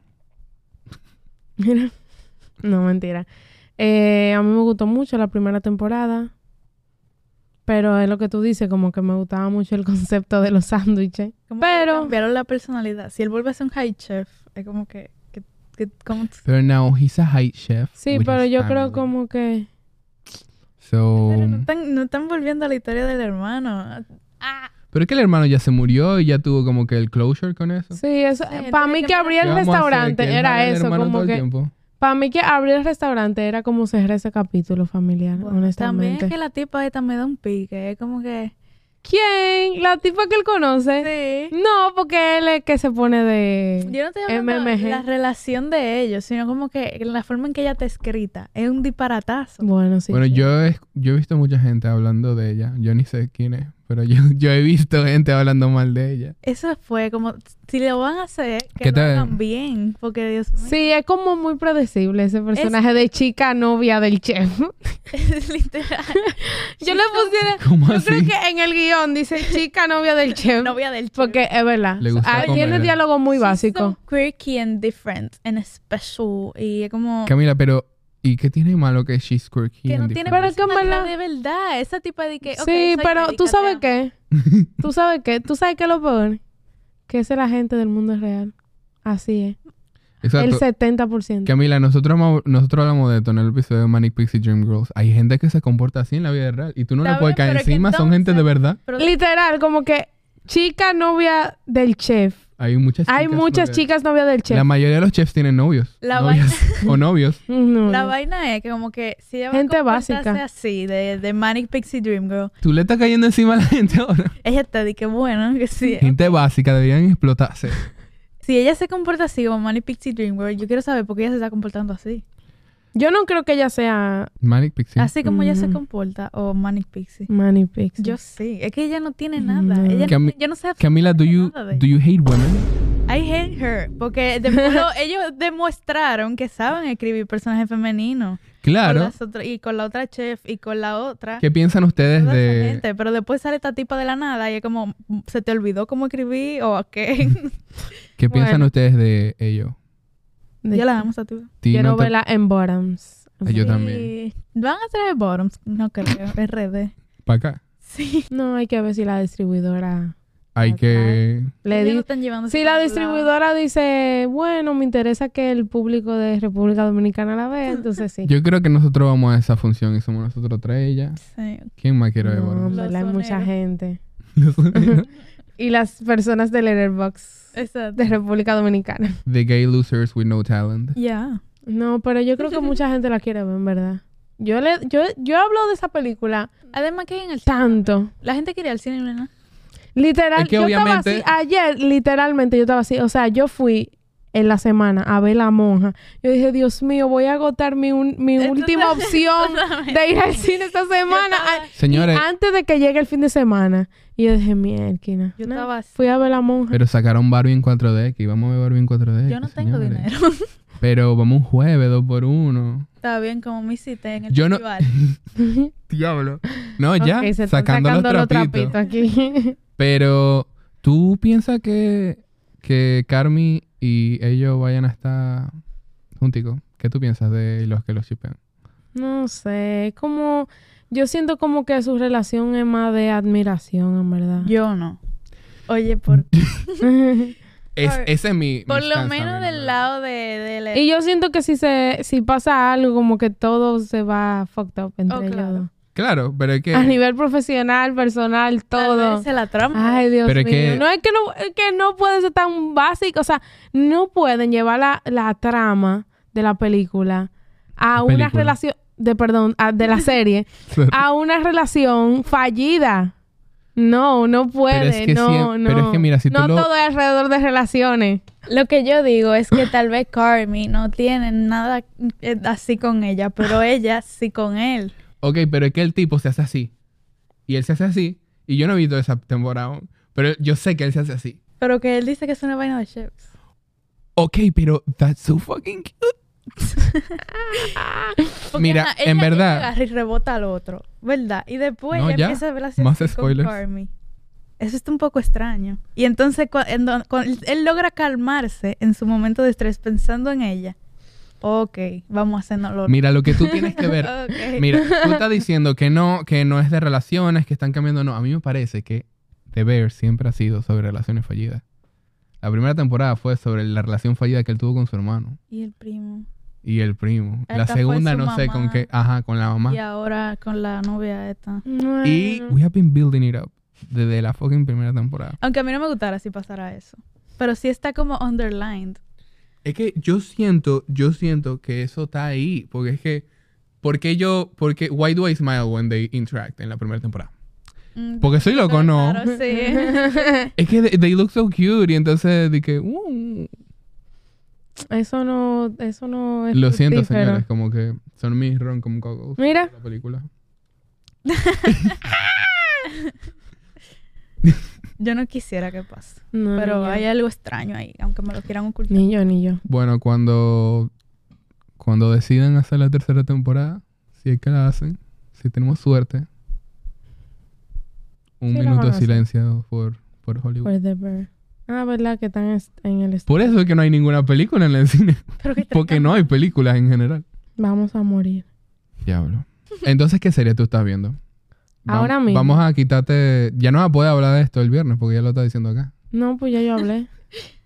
C: Mira. No, mentira. Eh, a mí me gustó mucho la primera temporada. Pero es lo que tú dices, como que me gustaba mucho el concepto de los sándwiches.
A: Como que le
C: Pero
A: cambiaron la personalidad. Si él vuelve a ser un high chef, es como que... que, que como
B: Pero now he's a high chef.
C: sí,
B: with
C: pero
B: his
C: yo
B: family.
C: creo como que
B: So...
A: Pero no están, no están volviendo a la historia del hermano.
B: Pero es que el hermano ya se murió y ya tuvo como que el closure con eso.
C: sí, eso
A: Sí,
C: para
A: entonces,
C: mí
A: ¿qué
C: que
A: más?
C: abría
B: ¿Qué
C: el
B: vamos a hacer?
C: restaurante
B: Que él jale
C: era
B: al
C: eso,
B: hermano todo
C: como
B: el
C: que
B: tiempo?
C: Para mí que abrir el restaurante era como cerrar ese capítulo familiar,
A: Bueno,
C: honestamente.
A: También es que la tipa esta me da un pique. Es como que.
C: ¿Quién? ¿La tipa que él conoce?
A: Sí.
C: No, porque él es que se pone de...
A: Yo no te hablando
C: MMG.
A: la relación de ellos, sino como que la forma en que ella te escrita es un disparatazo.
C: Bueno, sí.
B: bueno,
C: sí.
B: yo he, yo he visto mucha gente hablando de ella. Yo ni sé quién es, pero yo, yo he visto gente hablando mal de ella.
A: Eso fue como, si lo van a hacer,
B: ¿Qué
A: que lo
B: tal?
A: hagan bien, porque Dios mío,
C: Sí, es como muy predecible ese personaje de chica novia del chef.
A: es literal,
C: Yo le pusiera...
B: ¿Cómo
C: Yo creo
B: así?
C: que en el guión dice chica novia del chef.
A: novia del chico.
C: Porque es verdad.
B: Le gusta
C: Ah, tiene
B: comer.
C: diálogo muy
A: She's
C: básico.
A: so quirky and different and special, y es como,
B: Camila, pero ¿y qué tiene de malo que she's quirky?
A: que no
B: and
A: tiene
C: Pero es
B: different?
C: que en
A: personalidad
C: verdad-
A: de verdad, esa tipa de que, eh, ok,
C: sí,
A: soy
C: pero
A: médica,
C: tú
A: te
C: sabes
A: amo.
C: qué. Tú sabes qué. Tú sabes qué es lo peor. Que es la gente del mundo real. Así es.
B: Exacto.
C: El 70%.
B: Camila, nosotros, hemos- nosotros hablamos de esto en el episodio de Manic Pixie Dream Girls. Hay gente que se comporta así en la vida real y tú no
A: Está
B: le puedes
A: bien,
B: caer
A: pero es que
B: encima. Son gente de
A: entonces-
B: verdad.
A: Pero-
C: Literal, como que chica novia del chef.
B: Hay muchas chicas.
C: Hay muchas
B: novias.
C: chicas novia del chef.
B: La mayoría de los chefs tienen novios.
A: La
B: novias o novios.
C: No,
A: La
C: no.
A: vaina es que como que si ella va a
C: Gente
A: comportarse
C: básica.
A: así, de, de Manic Pixie Dream Girl,
B: Tú le estás cayendo encima a la gente ahora.
A: ella te dice que bueno, que sí.
B: Gente básica, deberían explotarse.
A: Si ella se comporta así como Manic Pixie Dream Girl, yo quiero saber por qué ella se está comportando así.
C: Yo no creo que ella sea
B: Manic Pixie.
A: Así como ella se
C: Mm.
A: comporta, o Manic Pixie.
C: Manny Pixie.
A: Yo sí, es que ella no tiene
C: Mm.
A: nada. Ella no
B: Cami-
A: tiene- yo no sé
B: Camila, do you,
A: nada de
B: do you hate women?
A: I hate her. Porque de- lo- ellos demostraron que saben escribir personajes femeninos. Con
B: Claro.
A: las otra- y con la otra chef y con la otra.
B: ¿Qué piensan ustedes
A: toda esa
B: de,
A: gente, Pero después sale esta tipa de la nada y es como, ¿se te olvidó cómo escribí o qué?
B: ¿qué piensan
C: Bueno.
B: ustedes de ello?
C: De-
A: yo la amo esa tipa.
B: Ti
C: Quiero
B: no te-
C: verla en Bottoms.
B: Ay, yo
A: Sí.
B: también.
A: ¿Van a traer Bottoms? No creo. RD.
B: pa' acá.
A: Sí.
C: No, hay que ver si la distribuidora
B: Hay
C: Ajá.
B: que...
C: le
A: Ellos lo
C: di
A: están llevando
C: Si
A: hacia
C: la
A: otro lado.
C: distribuidora dice, bueno, me interesa que el público de República Dominicana la vea, entonces sí.
B: Yo creo que nosotros vamos a esa función y somos nosotros tres ella.
A: Sí.
B: ¿Quién más quiere ver?
C: No,
B: Bueno,
C: en
A: Los
C: verdad, hay mucha
A: soneros.
C: gente.
B: los-
C: Y las personas de Letterboxd
A: Exacto.
C: de República Dominicana.
B: The gay losers with no talent.
A: Ya.
C: No, pero yo creo que mucha gente la quiere ver, en verdad. Yo le, yo, yo hablo de esa película
A: Además que en el cine.
C: tanto.
A: La gente quiere ir al cine, ¿no?
C: Literal,
B: Es que
C: yo
B: obviamente-
C: estaba así. Ayer, literalmente, yo estaba así. O sea, yo fui en la semana a ver La Monja. Yo dije, Dios mío, voy a agotar mi, un- mi
A: Entonces-
C: última opción de ir al cine esta semana.
A: estaba-
C: Ay,
B: Señores,
C: antes de que llegue el fin de semana. Y yo dije, mierda.
A: Yo estaba así.
C: Fui a ver la monja.
B: pero sacaron Barbie en 4D, que íbamos a ver Barbie en 4D.
A: Yo no tengo dinero.
B: Pero vamos un jueves, dos por uno.
A: Está bien, como me hiciste en el
B: Yo no-
A: festival.
B: Diablo. No,
C: Ok,
B: ya,
C: se están
B: sacando, los trapitos.
C: trapitos aquí.
B: Pero, ¿tú piensas que, que Carmi y ellos vayan a estar junticos? ¿Qué tú piensas de los que los shipean?
C: no sé, es como... Yo siento como que su relación es más de admiración, en verdad.
A: Yo no. Oye, por,
B: Es,
A: Por-
B: ese es mi. mi
A: por lo
B: stance
A: menos
B: también,
A: del
B: ¿no?
A: lado de, de la...
C: y yo siento que si se si pasa algo, como que todo se va fucked up entre
A: Oh,
C: ellos
A: claro.
C: dos.
B: Claro, pero es que.
C: A nivel profesional, personal,
A: Tal vez
C: todo.
A: se la trama.
C: Ay, Dios
B: Pero es
C: mío.
B: que-
C: No es que no, es que no puede ser tan básico. O sea, no pueden llevar la, la trama de la película a
B: ¿Qué
C: una
B: película?
C: relación. De perdón, a- de la serie. a una relación fallida. No, no puede.
B: Pero es que
C: no,
B: siem-
C: no.
B: pero es que mira, si tú
C: no
B: lo-
C: todo es alrededor de relaciones.
A: Lo que yo digo es que tal vez Carmi no tiene nada eh, así con ella, pero ella sí con él.
B: Ok, pero es que el tipo se hace así. Y él se hace así. Y yo no he visto esa temporada aún, Pero yo sé que él se hace así.
A: Pero que él dice que es una vaina de chefs.
B: Ok, pero that's so fucking cute.
A: Porque,
B: Mira,
A: ajá,
B: en
A: ella-
B: verdad-
A: ella agarra y rebota al otro, ¿verdad? Y después
B: No,
A: ella
B: ya.
A: empieza a ver la
B: Más
A: situación con
B: spoilers.
A: Carmi. Eso está un poco extraño. Y entonces cu- en don- con- él logra calmarse en su momento de estrés pensando en ella. Ok, vamos a hacernos lo
B: Mira, lo que tú tienes que ver.
A: Ok.
B: Mira, tú estás diciendo que no, que no es de relaciones, que están cambiando. No, a mí me parece que The Bear siempre ha sido sobre relaciones fallidas. La primera temporada fue sobre la relación fallida que él tuvo con su hermano
A: Y el primo.
B: y el primo. la
A: Esta fue
B: segunda
A: su
B: no sé con
A: mamá.
B: qué, ajá, con la mamá.
A: Y ahora con la novia esta.
B: Y
C: Bueno.
B: we have been building it up desde la fucking primera temporada.
A: Aunque a mí no me gustara si pasara eso. Pero sí está como underlined.
B: Es que yo siento, yo siento que eso está ahí. Porque es que, ¿por qué yo, por qué, why do I smile when they interact en la primera temporada?
A: Mm,
B: Porque soy loco, ¿no?
A: Claro, sí.
B: Es que they, they look so cute y entonces dije, uh,
C: Eso no, eso no es
B: lo siento,
C: fructífero.
B: señores, como que son mis roncom goggles.
C: Mira,
B: La película.
A: Yo no quisiera que pase.
B: Mm,
C: no,
A: Pero
C: ni yo.
A: hay algo extraño ahí, aunque me lo quieran ocultar.
C: Ni yo, ni yo.
B: Bueno, cuando cuando decidan hacer la tercera temporada, si es que la hacen, si tenemos suerte, un
C: Sí, la
B: minuto
C: van a
B: de
C: hacer.
B: silencio por, por Hollywood.
C: Por The Bear. Ah, verdad que están est- en el... est-
B: Por eso es que no hay ninguna película en el cine.
A: Pero que
B: Porque no hay películas en general.
C: Vamos a morir.
B: Diablo. Entonces, ¿qué serie tú estás viendo? Va-
C: Ahora mismo.
B: Vamos a quitarte. Ya no vas a poder hablar de esto el viernes porque ya lo está diciendo acá.
C: No, pues ya yo hablé.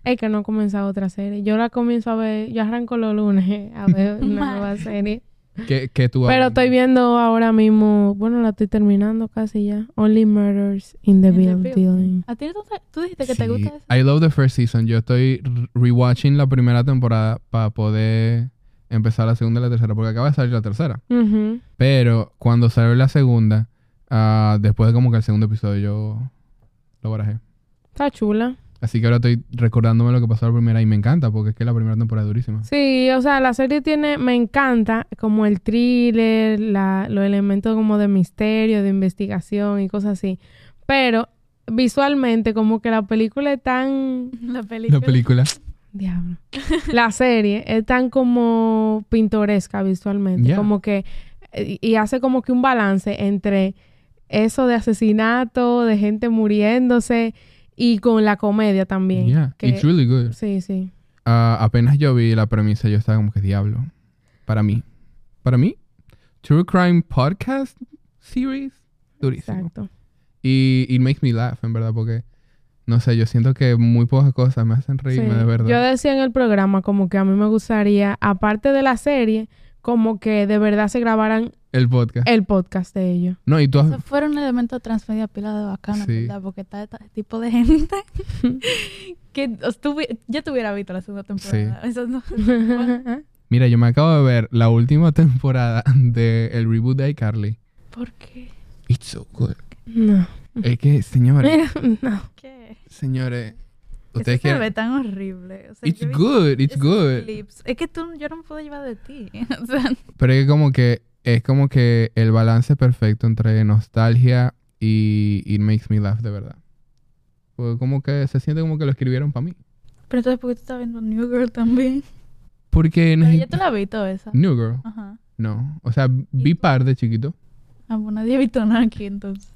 C: es que no he comenzado otra serie. Yo la comienzo a ver... Yo arranco los lunes eh, a ver una
A: Mal.
C: nueva serie.
B: ¿Qué, qué tú
C: Pero
B: hablas?
C: estoy viendo ahora mismo... Bueno, la estoy terminando casi ya. Only Murders in the,
A: In the
C: building.
A: Building. ¿A ti no te- tú dijiste que te
B: Sí.
A: gusta eso?
B: I love the first season. Yo estoy re- rewatching la primera temporada para poder empezar la segunda y la tercera, porque acaba de salir la tercera.
C: Ujú.
B: Pero cuando salió la segunda, ah, después de como que el segundo episodio yo lo barajé.
C: Está chula.
B: Así que ahora estoy recordándome lo que pasó la primera y me encanta, porque es que la primera temporada es durísima.
C: Sí, o sea, la serie tiene... Me encanta como el thriller, la, los elementos como de misterio, de investigación y cosas así. Pero visualmente como que la película es tan...
A: La película.
B: La película.
C: Diablo. La serie es tan como pintoresca visualmente,
B: Ya.
C: como que y y hace como que un balance entre eso de asesinato, de gente muriéndose y con la comedia también.
B: Yeah,
C: que-
B: it's really good.
C: Sí, sí.
B: Ah, apenas yo vi la premisa, yo estaba como que diablo. Para mí. Para mí. True Crime Podcast Series. Durísimo.
C: Exacto.
B: Y it makes me laugh, en verdad, porque no sé, yo siento que muy pocas cosas me hacen reírme
C: Sí.
B: de verdad.
C: Yo decía en el programa como que a mí me gustaría, aparte de la serie, como que de verdad se grabaran
B: El podcast.
C: el podcast de ellos.
B: No, y tú has-
A: Eso fuera un elemento transmedia pila de bacano,
B: Sí.
A: ¿verdad? Porque está este tipo de gente que os tuvi- ya te hubiera visto la segunda temporada. Eso no-
B: Mira, yo me acabo de ver la última temporada de el reboot de iCarly.
A: ¿Por qué?
B: It's so good.
C: no.
B: Es que, señores,
C: Mira, no.
A: ¿Qué?
B: señores,
A: Eso
B: ustedes
A: se
B: quieren...
A: ve tan horrible. O sea,
B: It's
A: yo vi
B: good, it's
A: esos
B: good.
A: clips. Es que tú, yo no me puedo llevar de ti. O sea,
B: Pero es como que es como que el balance perfecto entre nostalgia y It Makes Me Laugh, de verdad. Porque como que se siente como que lo escribieron para mí.
A: pero entonces, ¿por qué tú estás viendo New Girl también?
B: Porque
A: Pero
B: neces-
A: ya tú la has visto esa.
B: New Girl,
A: Ajá.
B: no. O sea, vi par de chiquito.
A: Ah, pues nadie ha visto nada aquí, entonces.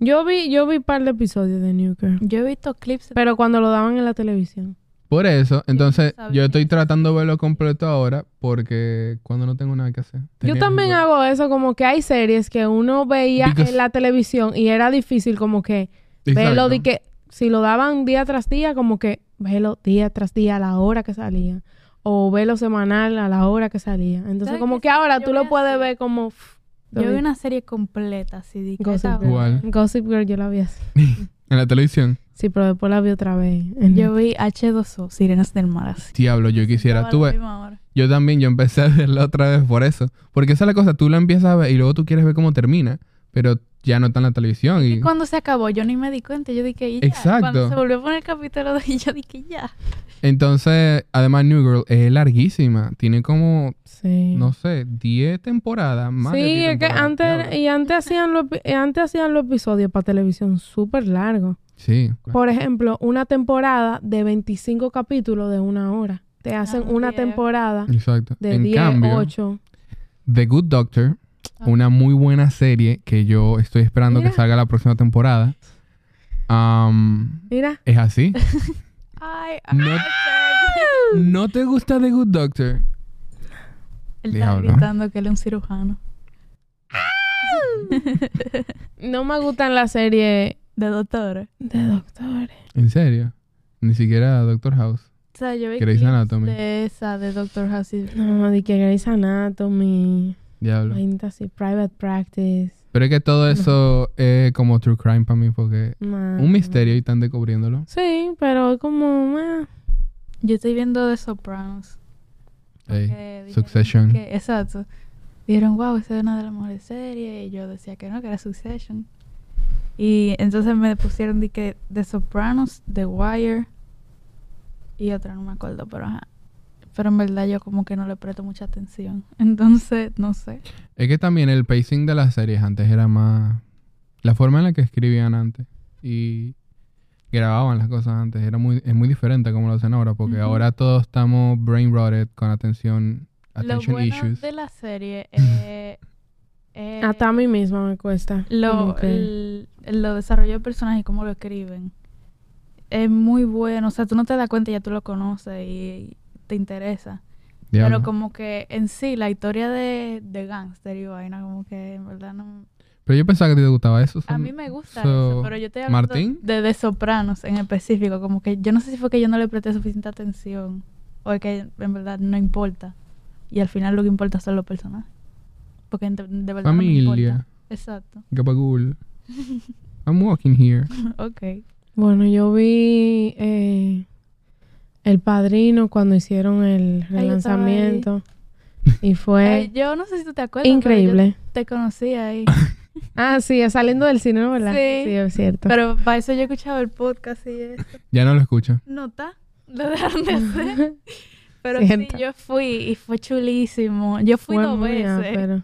C: Yo vi, yo vi un par de episodios de New Girl.
A: Yo he visto clips.
C: Pero cuando lo daban en la televisión.
B: Por eso, entonces
A: sabía
B: yo estoy
A: eso.
B: tratando de verlo completo ahora porque cuando no tengo nada que hacer.
C: Yo también hago eso, como que hay series que uno veía
B: Because-
C: en la televisión y era difícil como que verlo de que si lo daban día tras día, como que verlo día tras día a la hora que salía. O verlo semanal a la hora que salía. Entonces
A: ¿Sabes
C: como
A: qué
C: que
A: serie
C: ahora
A: yo
C: tú
A: vi
C: lo puedes
A: así?
C: ver como... pff, lo
A: Yo vi
C: vi.
A: una serie completa, así de que
C: Gossip
A: esta-
C: Girl.
B: ¿Cuál?
C: Gossip Girl yo la vi así.
B: En la televisión.
C: Sí, pero después la vi otra vez. en-
A: Yo vi H2O, Sirenas del Mar, así.
B: Diablo, yo
A: Me
B: quisiera.
A: sentaba
B: Tú
A: a la
B: ves-
A: misma hora.
B: Yo también, yo empecé a verla otra vez por eso. Porque esa es la cosa, tú la empiezas a ver y luego tú quieres ver cómo termina, pero ya no está en la televisión. Y...
A: Y cuando se acabó, yo ni me di cuenta. Yo dije, y ya.
B: Exacto.
A: Cuando se volvió a poner el capítulo 2, yo dije, ya.
B: Entonces, además New Girl es larguísima, tiene como,
C: Sí.
B: no sé, 10 temporadas más. de
C: Sí,
B: 10
C: es que
B: temporadas.
C: antes,
B: Diablo.
C: y antes hacían los epi- eh, antes hacían los episodios para televisión súper largos.
B: Sí.
C: Por ejemplo, una temporada de 25 capítulos de una hora. Te hacen
A: Ah,
C: una
A: bien.
C: temporada
B: Exacto.
C: de
B: en
C: 10,
B: cambio,
C: 8.
B: The Good Doctor, una muy buena serie que yo estoy esperando
C: Ah. Mira.
B: que salga la próxima temporada. Am,
C: Mira,
B: es así.
A: Ay, ah,
B: No-
A: ay,
B: ¿No te gusta The Good Doctor?
A: Él está
B: Diablo.
A: gritando que él es un cirujano.
C: no me gustan las series
A: De doctor.
C: de doctores.
B: ¿En serio? Ni siquiera Doctor House.
A: O sea, yo vi
B: Grey's
A: clips
B: Anatomy.
A: de esa, de Doctor House. y-
C: No, de que Grey's Anatomy,
B: Diablo.
C: vainitas así, Private Practice.
B: Pero es que todo eso es como true crime para mí porque
C: ma-
A: Ah.
B: un misterio y están descubriéndolo.
C: Sí, pero es como... eh, ma,
A: Yo estoy viendo The Sopranos.
B: Ey,
A: que dijeron
B: Succession.
A: que- exacto. Dijeron, wow, esa es una de las mejores series. Y yo decía que no, que era Succession. Y entonces me pusieron de que The Sopranos, The Wire y otra, no me acuerdo, pero ajá. Pero en verdad yo como que no le presto mucha atención. Entonces, no sé.
B: Es que también el pacing de las series antes era más... La forma en la que escribían antes y grababan las cosas antes era muy, es muy diferente como lo hacen ahora porque
A: Ujú.
B: ahora todos estamos brain rotted con atención, attention
A: lo bueno
B: issues.
A: de la serie eh, eh,
C: Hasta a mí misma me cuesta.
A: lo,
C: Como que-
A: el- lo desarrollo del personaje y cómo lo escriben. Es muy bueno. O sea, tú no te das cuenta, ya tú lo conoces y te interesa.
B: Diablo.
A: Pero como que en sí, la historia de, de Gangster y vaina, como que en verdad no...
B: Pero yo pensaba que te gustaba eso.
A: A
B: son-
A: mí me gusta
B: so-
A: eso, pero yo te hablando
B: ¿Martín?
A: de The Sopranos en específico. Como que yo no sé si fue que yo no le presté suficiente atención o es que en verdad no importa. Y al final lo que importa son los personajes. Porque en- de verdad no me
B: Familia.
A: importa. Exacto.
B: Gabagool. I'm walking here.
A: Ok.
C: Bueno, yo vi eh, El Padrino cuando hicieron el
A: Ay, yo estaba ahí.
C: relanzamiento. Y fue
A: Ay, Eh, yo no sé si tú te acuerdas. pero
C: increíble.
A: yo te conocí ahí.
C: Ah, sí, es saliendo del cine, ¿no? ¿verdad?
A: Sí.
C: es cierto.
A: pero para eso yo escuchaba el podcast y eso.
B: Ya no lo escucho.
A: Nota. Lo dejaron de hacer. Pero
C: Siento.
A: sí, yo fui y fue chulísimo. Yo fui
C: Fue
A: dos
C: muy
A: veces.
C: áspero.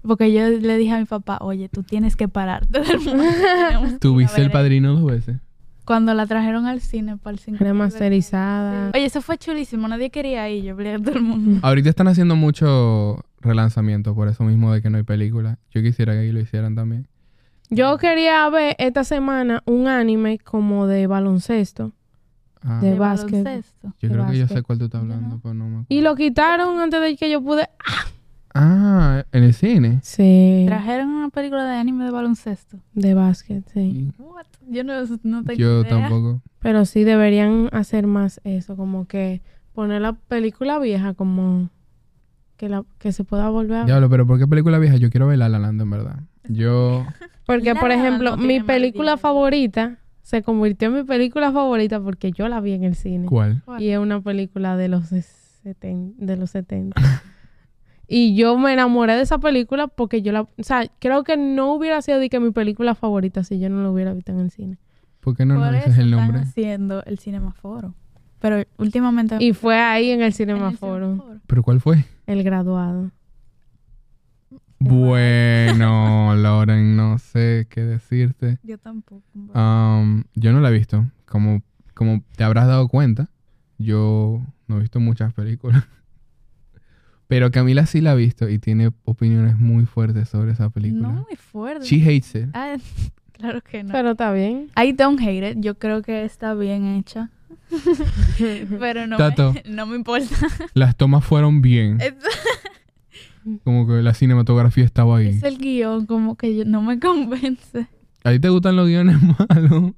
A: Porque yo le dije a mi papá, oye, tú tienes que pararte del mundo. tenemos que ir
B: Tuviste
A: a
B: el
A: ver esto".
B: padrino dos veces.
A: Cuando la trajeron al cine para el 5.
C: Remasterizada.
A: Oye, eso fue chulísimo. Nadie quería ir. Yo hablé a todo el mundo.
B: Ahorita están haciendo mucho relanzamiento por eso mismo de que no hay película. Yo quisiera que ahí lo hicieran también.
C: Yo quería ver esta semana un anime como de baloncesto.
B: Ah,
C: De básquet.
A: baloncesto.
B: yo
C: de
B: creo que yo
C: básquet.
B: sé cuál tú estás hablando,
A: no.
B: pero no me acuerdo.
C: Y lo quitaron antes de que yo pude.
B: Ah, en el cine.
C: Sí.
A: Trajeron una película de anime de baloncesto.
C: De básquet, sí.
B: Sí.
A: What? Yo no, no tengo
B: Yo
A: idea.
B: tampoco.
C: Pero sí deberían hacer más eso, como que poner la película vieja como que la que se pueda volver a ver.
B: Diablo, pero ¿por qué película vieja? Yo quiero ver La La Land, en verdad. Yo...
C: Porque,
A: La
C: por
A: La Land
C: ejemplo,
A: no
C: mi
A: tiene mal
C: película
A: diálogo.
C: favorita se convirtió en mi película favorita porque yo la vi en el cine.
B: ¿Cuál?
C: Y es una película de los seten- de los 70. y yo me enamoré de esa película porque yo la... O sea, creo que no hubiera sido de que mi película favorita si yo no la hubiera visto en el cine.
B: ¿Por qué no
A: Por
B: nos
A: eso
B: dices el
A: están
B: nombre?
A: haciendo el Cinemaforo. Pero últimamente...
C: Y fue ahí en el
A: en el
C: Cinemaforo,
B: ¿Pero cuál fue?
C: el graduado.
B: Bueno, Lauren, no sé qué decirte.
A: Yo tampoco. en
B: Ah,
A: verdad.
B: Am, yo no la he visto. Como, como te habrás dado cuenta, yo no he visto muchas películas. Pero Camila sí la ha visto y tiene opiniones muy fuertes sobre esa película.
A: No muy fuerte.
B: She hates it.
A: Ah, claro que no.
C: Pero está bien.
A: I don't hate it. Yo creo que está bien hecha. Pero no,
B: Tato.
A: me, no me importa.
B: Las tomas fueron bien.
A: Es,
B: Como que la cinematografía estaba ahí.
A: es el guión, como que yo- no me convence.
B: ¿A ti te gustan los guiones malos? De
C: No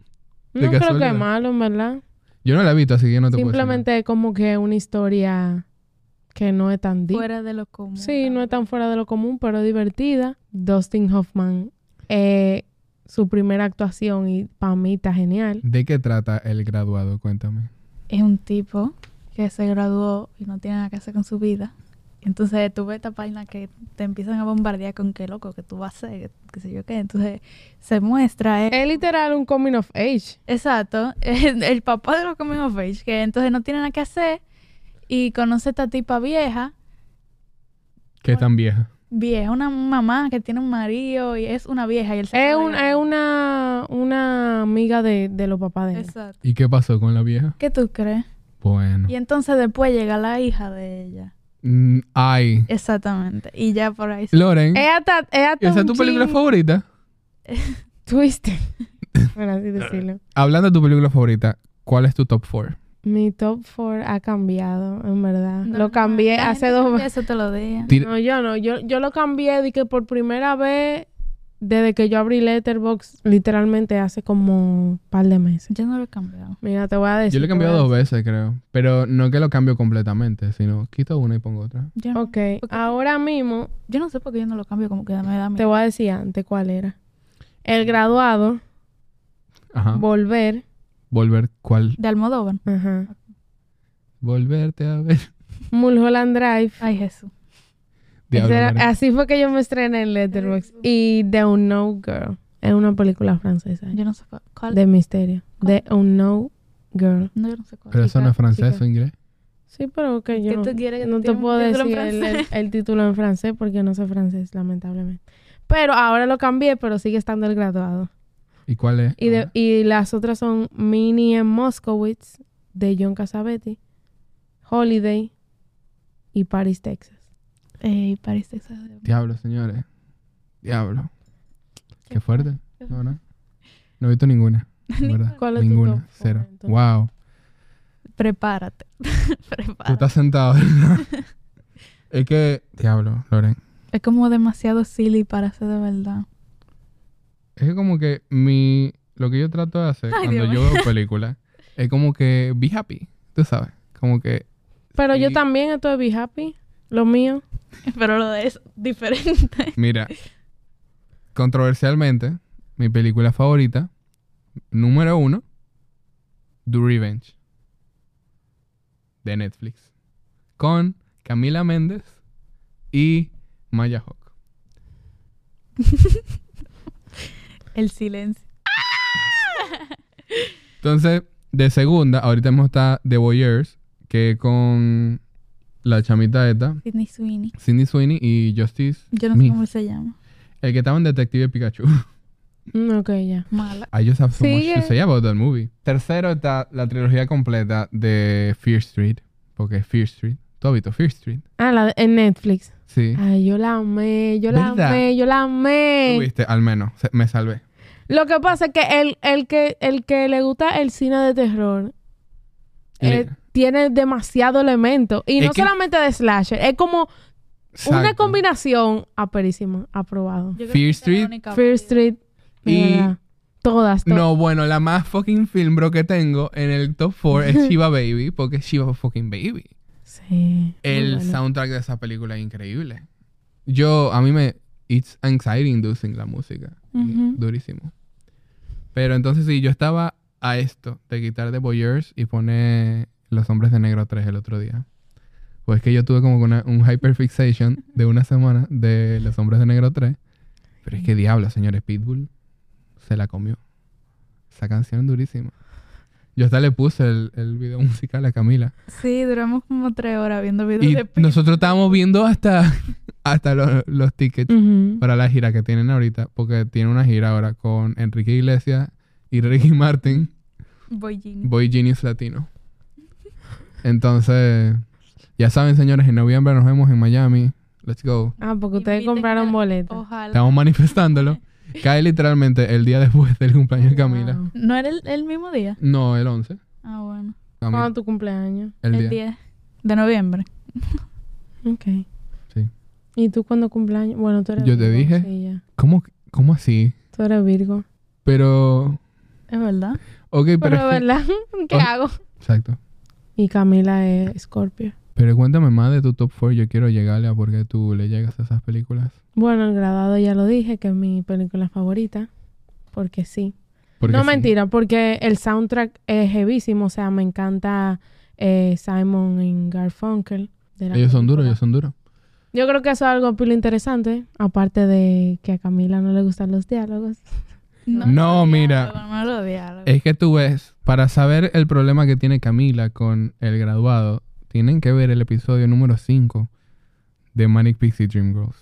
C: creo que
B: casualidad.
C: es malo, en verdad.
B: Yo no la he visto, así que no te puedo decir nada.
C: Simplemente es como que una historia que no es tan deep.
A: Fuera de lo común.
C: Sí, no es tan fuera de lo común, pero divertida. Dustin Hoffman, eh, su primera actuación y para mí está genial.
B: ¿De qué trata el graduado? Cuéntame.
A: Es un tipo que se graduó y no tiene nada que hacer con su vida. Entonces tú ves esta página que te empiezan a bombardear con qué loco que tú vas a hacer, qué sé yo qué. Entonces se muestra. eh,
C: Es literal un coming of age.
A: Exacto, el, el papá de los coming of age, que entonces no tiene nada que hacer y conoce a esta tipa vieja,
B: ¿Qué tan vieja?
A: vieja, una mamá que tiene un marido y es una vieja y él se
C: Es,
A: queda
C: un-
A: grande.
C: es una, una amiga de, de los papás de él.
A: Exacto.
B: ¿Y qué pasó con la vieja?
A: ¿Qué tú crees?
B: Bueno.
A: Y entonces después llega la hija de ella.
B: Mm, ay.
A: Exactamente. Y ya por ahí. se-
B: Loren,
C: Es hasta, es hasta
B: ¿esa es
C: un
B: tu película
C: chin
B: favorita?
C: Twisted. Por así decirlo.
B: Hablando de tu película favorita, ¿cuál es tu top 4?
C: Mi top 4 ha cambiado, en verdad.
A: No,
C: lo
A: no,
C: cambié
A: la
C: hace
A: gente
C: dos
A: cambia Eso te lo dije.
C: No, yo no. Yo, yo lo cambié de que por primera vez desde que yo abrí Letterboxd, literalmente hace como un par de meses.
A: Yo no lo he cambiado.
C: Mira, te voy a
B: Yo
C: decir.
B: lo he
C: te voy a
B: cambiado dos
C: decir.
B: veces, creo. Pero no que lo cambio completamente, sino quito una y pongo otra.
A: Yo no,
C: Ok, ahora mismo
A: yo no sé por qué yo no lo cambio, como que me da
C: te
A: miedo.
C: voy a decir antes cuál era. El graduado,
B: Ajá. Ah.
C: volver,
B: Volver, ¿cuál?
A: De Almodóvar.
C: ajá.
B: Volverte a ver.
C: Mulholland Drive.
A: Ay, Jesús.
B: Diablo,
C: Ese era-
B: María.
C: así fue que yo me estrené en Letterboxd. Y The Unknown Girl. Es una película francesa.
A: Yo no sé cuál. cuál-
C: De misterio. The Unknown Girl.
A: No, yo no sé cuál.
B: Pero eso no es francés o inglés.
C: Sí, pero que yo
A: ¿Qué
C: no,
A: tú quieres que te
C: no te
A: diga un
C: puedo
A: título
C: decir
A: en
C: el, el-
A: francés?
C: el título en francés porque no sé francés, lamentablemente. Pero ahora lo cambié, pero sigue estando el graduado.
B: ¿Y cuál es? Ah,
C: Y, de,
B: Ahora.
C: y las otras son Minnie en Moskowitz de John Cassavetes, Holiday y Paris, Texas.
A: Ey, París, Texas.
B: Diablo, señores. Diablo. Qué fuerte.
A: Qué
B: No, no. No he visto ninguna. en
A: Ninguna.
B: ¿verdad?
C: ¿Cuál es tu
B: ninguna.
C: top four,
B: Cero.
C: entonces?
B: Wow.
A: Prepárate.
B: Tú
A: Prepárate.
B: estás sentado, ¿verdad? es que. Diablo, Loren.
A: Es como demasiado silly para ser de verdad.
B: Es que como que mi. Lo que yo trato de hacer
A: Ay,
B: cuando
A: Dios
B: yo veo películas es como que be happy. Tú sabes. Como que.
C: Pero yo
B: Sí.
C: también estoy Be Happy, lo mío.
A: Pero lo de es diferente.
B: Mira. controversialmente, mi película favorita, número uno, Do Revenge. De Netflix. Con Camila Méndez y Maya Hawk.
A: El silencio.
B: Entonces, de segunda, ahorita mismo está The Voyeurs, que con la chamita esta,
A: Sidney Sweeney.
B: Cindy Sweeney y Justice,
A: Yo no sé
B: Mi.
A: cómo se llama.
B: el que estaba en Detective Pikachu.
C: Mm, ok, ya.
A: Mala.
B: I just have so much to
C: Sigue.
B: say about that movie. Tercero está la trilogía completa de Fear Street. Porque Fear Street. ¿Tú has visto Fear Street?
C: Ah, la de, en Netflix.
B: Sí.
C: Ay, yo la amé, yo la
B: ¿Verdad?
C: amé, yo la amé.
B: Tú viste, al menos. Se- me salvé.
C: Lo que pasa es que el, el que el que le gusta el cine de terror eh,
B: Le-
C: tiene demasiado elemento. Y
B: Es
C: no
B: que-
C: solamente de slasher, es como una
B: Exacto.
C: combinación aperísima, aprobado.
B: Fear que esa era la Street.
A: Ah,
C: Fear Street, de
B: Y-
C: verdad. todas, todas.
B: No, bueno, la más fucking film bro que tengo en el top 4 es Shiva Baby. Porque Shiva fucking Baby.
C: Sí.
B: El
C: muy bueno.
B: soundtrack de esa película es increíble. Yo, a mí me... It's anxiety inducing la música. Y
A: Ujú.
B: Durísimo. Pero entonces sí, yo estaba a esto de quitar de Boyers y poner Los Hombres de Negro 3 el otro día. Pues que yo tuve como que una, un hyperfixation de una semana de Los Hombres de Negro 3. Pero es que diablo, señores, Pitbull se la comió. Esa canción es durísima. Yo hasta le puse el, el video musical a Camila.
A: Sí, duramos como tres horas viendo videos
B: Y
A: de Pitbull.
B: nosotros estábamos viendo hasta, hasta los, los tickets
C: Ujú.
B: para la gira que tienen ahorita, porque tiene una gira ahora con Enrique Iglesias y Ricky Martin,
A: Boy Genius.
B: Boy Genius Latino. Entonces, ya saben, señores, en noviembre nos vemos en Miami. Let's go.
C: Ah, porque ustedes
A: Inviten
C: compraron
A: a-
C: boletas.
A: Ojalá.
B: Estamos manifestándolo. Cae literalmente el día después del cumpleaños de Camila.
C: Wow.
A: ¿No era el, el mismo día?
B: No, el 11.
A: Ah, bueno.
B: Camila,
C: ¿Cuándo tu cumpleaños?
B: el, día.
A: de noviembre.
C: Ok.
B: Sí.
C: ¿Y tú cuándo cumpleaños? Bueno, tú eres
B: Yo te
C: Virgo,
B: dije.
C: sí, ya.
B: ¿Cómo, ¿Cómo así?
C: Tú eres Virgo.
B: Pero...
A: Es verdad.
B: Ok, pero...
C: Pero,
B: es que-
C: ¿verdad? ¿Qué
B: O-
C: hago?
B: Exacto.
C: Y Camila es Scorpio.
B: Pero cuéntame más de tu top 4. Yo quiero llegarle a por qué tú le llegas a esas películas.
C: Bueno, El Gradado ya lo dije, que es mi película favorita. Porque sí.
B: Porque
C: no,
B: sí.
C: mentira, porque el soundtrack es heavísimo. O sea, me encanta eh, Simon y Garfunkel. de la
B: Ellos son duros,
C: película.
B: ellos son duros.
C: Yo creo que eso es algo pilo interesante. Aparte de que a Camila no le gustan los diálogos.
B: No,
A: lo
B: mira.
A: diálogo, No lo diálogo.
B: Es que tú ves, para saber el problema que tiene Camila con el graduado, tienen que ver el episodio número 5 de Manic Pixie Dream Girls.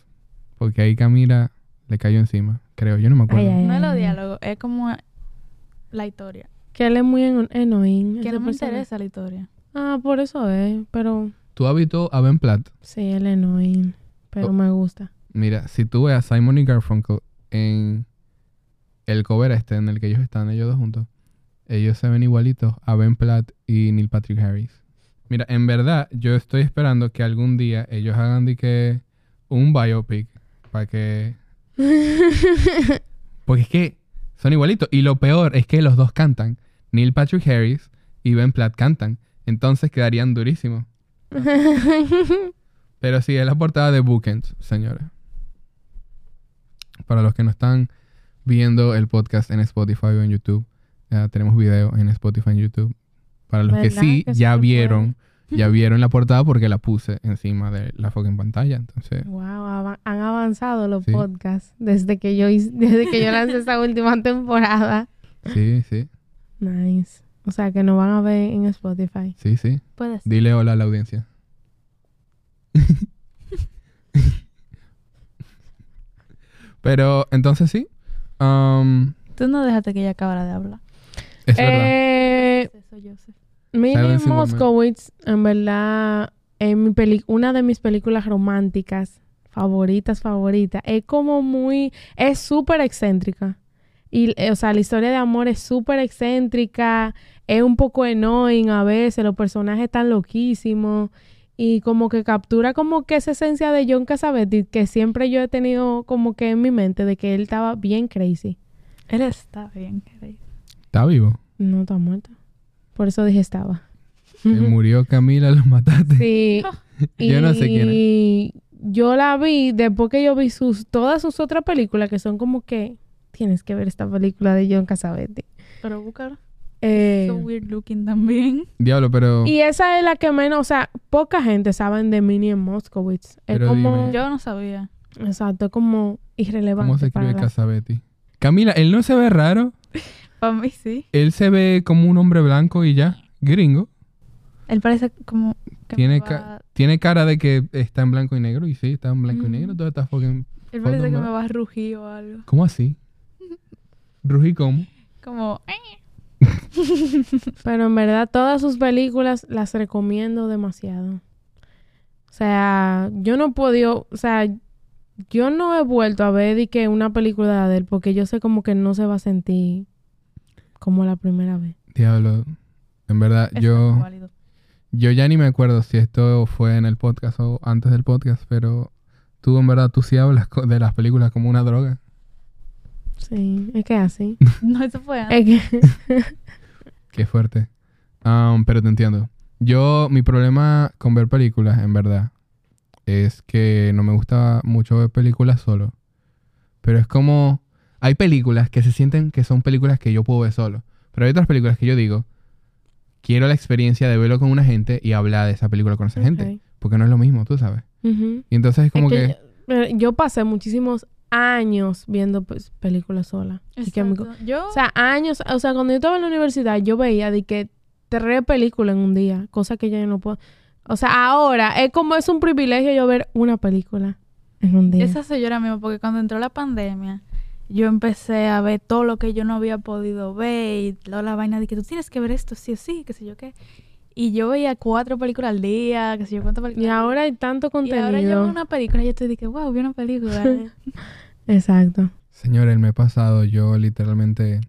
B: Porque ahí Camila le cayó encima, creo. Yo no me acuerdo.
C: Ay, ay.
A: No lo diálogo. Es como la historia.
C: Que él es muy eno- annoying.
A: Que
C: ese
A: no me
C: personaje.
A: interesa la historia.
C: Ah, por eso es. Pero
B: Tú has visto a Ben Platt.
C: sí, él es annoying. Pero
B: Oh.
C: me gusta.
B: Mira, si tú ves a Simon y Garfunkel en el cover este en el que ellos están, ellos dos juntos, ellos se ven igualitos a Ben Platt y Neil Patrick Harris. Mira, en verdad, yo estoy esperando que algún día ellos hagan de que un biopic para que... Porque es que son igualitos. Y lo peor es que los dos cantan. Neil Patrick Harris y Ben Platt cantan. Entonces quedarían durísimos. Pero sí, es la portada de Bookends, señores. Para los que no están viendo el podcast en Spotify o en YouTube, eh, tenemos video en Spotify y en YouTube. Para los que
C: ¿Verdad
B: sí
C: que eso
B: ya
C: se
B: vieron ya vieron la portada porque la puse encima de la fucking pantalla. Entonces,
C: Wow, ava- han avanzado los
B: Sí.
C: podcasts desde que yo hice- desde que yo lancé esta última temporada.
B: sí, sí,
C: Nice. O sea que nos van a ver en Spotify.
B: sí, sí.
A: Puede ser.
B: Dile hola a la audiencia. Pero entonces sí. am,
A: Tú no dejaste que ella acabara de hablar.
B: es verdad.
C: Eh,
A: Eso, Joseph.
C: Mimi
B: Silence in Women.
C: Moskowitz, en verdad, es mi peli- una de mis películas románticas favoritas, favoritas. Es como muy, es súper excéntrica. Y, eh, o sea, la historia de amor es súper excéntrica, es un poco annoying a veces, los personajes están loquísimos y como que captura como que esa esencia de John Cassavetes que siempre yo he tenido como que en mi mente de que él estaba bien crazy.
A: Él está bien, querido.
B: Está vivo.
C: No está muerto. Por eso dije estaba.
B: Se murió Camila, lo mataste.
C: Sí.
B: Yo no sé quién es.
C: Y yo la vi después que yo vi sus, todas sus otras películas que son como que tienes que ver esta película de John Cassavetes.
A: Pero búscalo.
C: Eh,
A: So weird looking también.
B: Diablo, pero.
C: y esa es la que menos, o sea, poca gente saben de Minnie en Moskowitz. Es
B: Pero
C: como,
B: dime.
A: Yo no sabía.
C: exacto, es como irrelevante.
B: ¿Cómo se
C: para
B: escribe
C: la-
B: Casabetti? Camila, él no se ve raro.
A: Para mí sí.
B: Él se ve como un hombre blanco y ya. Gringo.
A: Él parece como. que
B: Tiene
A: me va-
B: ca- Tiene cara de que está en blanco y negro. Y sí, está en blanco y
C: Mm.
B: negro. Todo está fucking.
A: Él parece que
B: Foto,
A: me
B: ¿no?
A: va a rugir o algo.
B: ¿Cómo así? Rugi, ¿cómo?
A: Como. "Eh".
C: Pero en verdad, todas sus películas las recomiendo demasiado. O sea, yo no he podido, o sea, yo no he vuelto a ver de que una película de él porque yo sé como que no se va a sentir como la primera vez.
B: Diablo. En verdad,
A: Eso no es
B: yo.
A: válido.
B: Yo ya ni me acuerdo si esto fue en el podcast o antes del podcast, pero tú en verdad tú sí hablas co- de las películas como una droga.
C: Sí, es que así.
A: No, eso fue antes.
C: es que
B: Qué fuerte. Am, pero te entiendo. Yo, mi problema con ver películas, en verdad, es que no me gusta mucho ver películas solo. Pero es como. Hay películas que se sienten que son películas que yo puedo ver solo. Pero hay otras películas que yo digo, quiero la experiencia de verlo con una gente y hablar de esa película con esa gente. Porque no es lo mismo, tú sabes.
C: Ok. Ujú.
B: Y entonces es como
C: Es
B: que.
C: yo, eh, yo pasé muchísimos años viendo pues, películas sola. Y que mi co-
A: Exacto. Yo.
C: O sea, años, o sea, cuando yo estaba en la universidad, yo veía de que tres películas en un día, cosa que yo no puedo. O sea, ahora es como es un privilegio yo ver una película en un día.
A: Esa soy yo ahora mismo, porque cuando entró la pandemia, yo empecé a ver todo lo que yo no había podido ver y toda la vaina de que tú tienes que ver esto sí o sí, qué sé yo qué. Y yo veía cuatro películas al día, qué sé yo cuántas
C: Y
A: películas.
C: ahora hay tanto
A: Y
C: contenido.
A: ahora yo veo una película y yo estoy de que, wow, vi una película.
C: Exacto.
B: Señor, el mes pasado yo literalmente.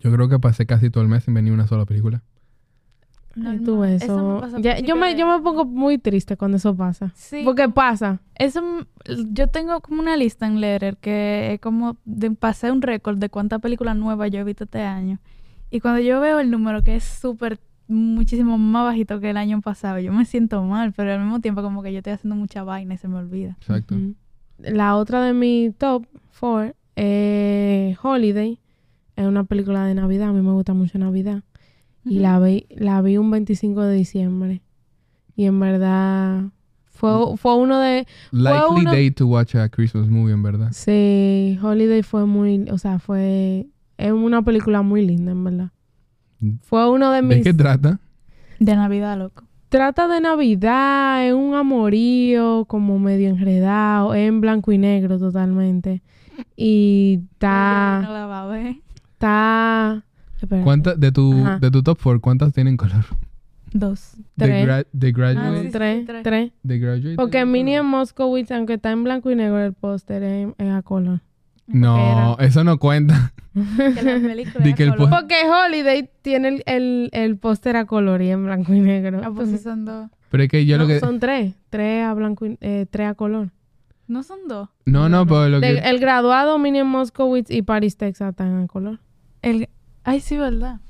B: Yo creo que pasé casi todo el mes sin venir una sola película.
A: No,
C: Ay,
A: no,
C: tú ves
A: eso me
C: eso.
A: pasa a
C: Ya- yo,
A: principio
C: me,
A: de
C: yo me
A: año.
C: pongo muy triste cuando eso pasa.
A: Sí.
C: Porque pasa.
A: Eso, m- yo tengo como una lista en Letter que es como de, pasé un récord de cuántas películas nuevas yo he visto este año. Y cuando yo veo el número que es súper, muchísimo más bajito que el año pasado, yo me siento mal, pero al mismo tiempo como que yo estoy haciendo mucha vaina y se me olvida.
B: Exacto.
C: Ujú. La otra de mi top four es Holiday. Es una película de Navidad. A mí me gusta mucho Navidad. Y la vi, la vi un 25 de diciembre. Y en verdad fue, fue uno de...
B: Likely
C: uno-
B: day to watch a Christmas movie, en verdad.
C: Sí, Holiday fue muy... O sea, fue... Es una película muy linda, en verdad. Fue uno
B: ¿De
C: de mis...
B: qué trata?
A: De Navidad, loco.
C: Trata de Navidad, es un amorío como medio enredado, es en blanco y negro totalmente. Y
A: Yo No
C: está...
A: la va a ver.
C: está... espérate.
B: ¿Cuántas de tu
C: Ajá.
B: de tu top four cuántas tienen color?
A: Dos.
B: The,
C: Tres.
B: gra- The
C: Ah,
B: graduate,
A: sí, sí,
C: tres,
A: tres.
C: tres.
B: The Graduate.
C: Porque
B: tiene
C: Minnie en
B: color.
C: Moskowitz, aunque está en blanco y negro el póster, es- es a color.
B: No, eso no cuenta.
A: Que la película
B: Di
A: era
B: que el
A: color.
B: po-
C: Porque Holiday tiene el, el, el póster a color y en blanco y negro.
A: Ah, pues sí
C: Entonces,
A: son dos.
B: Pero es que yo
C: no,
B: lo que
C: Son tres. Tres a blanco y eh, tres a color.
A: No son dos.
B: No, no, pero lo
C: De-
B: que
C: el graduado Minion Moskowitz y Paris, Texas están a color.
A: El... Ay, sí, ¿verdad?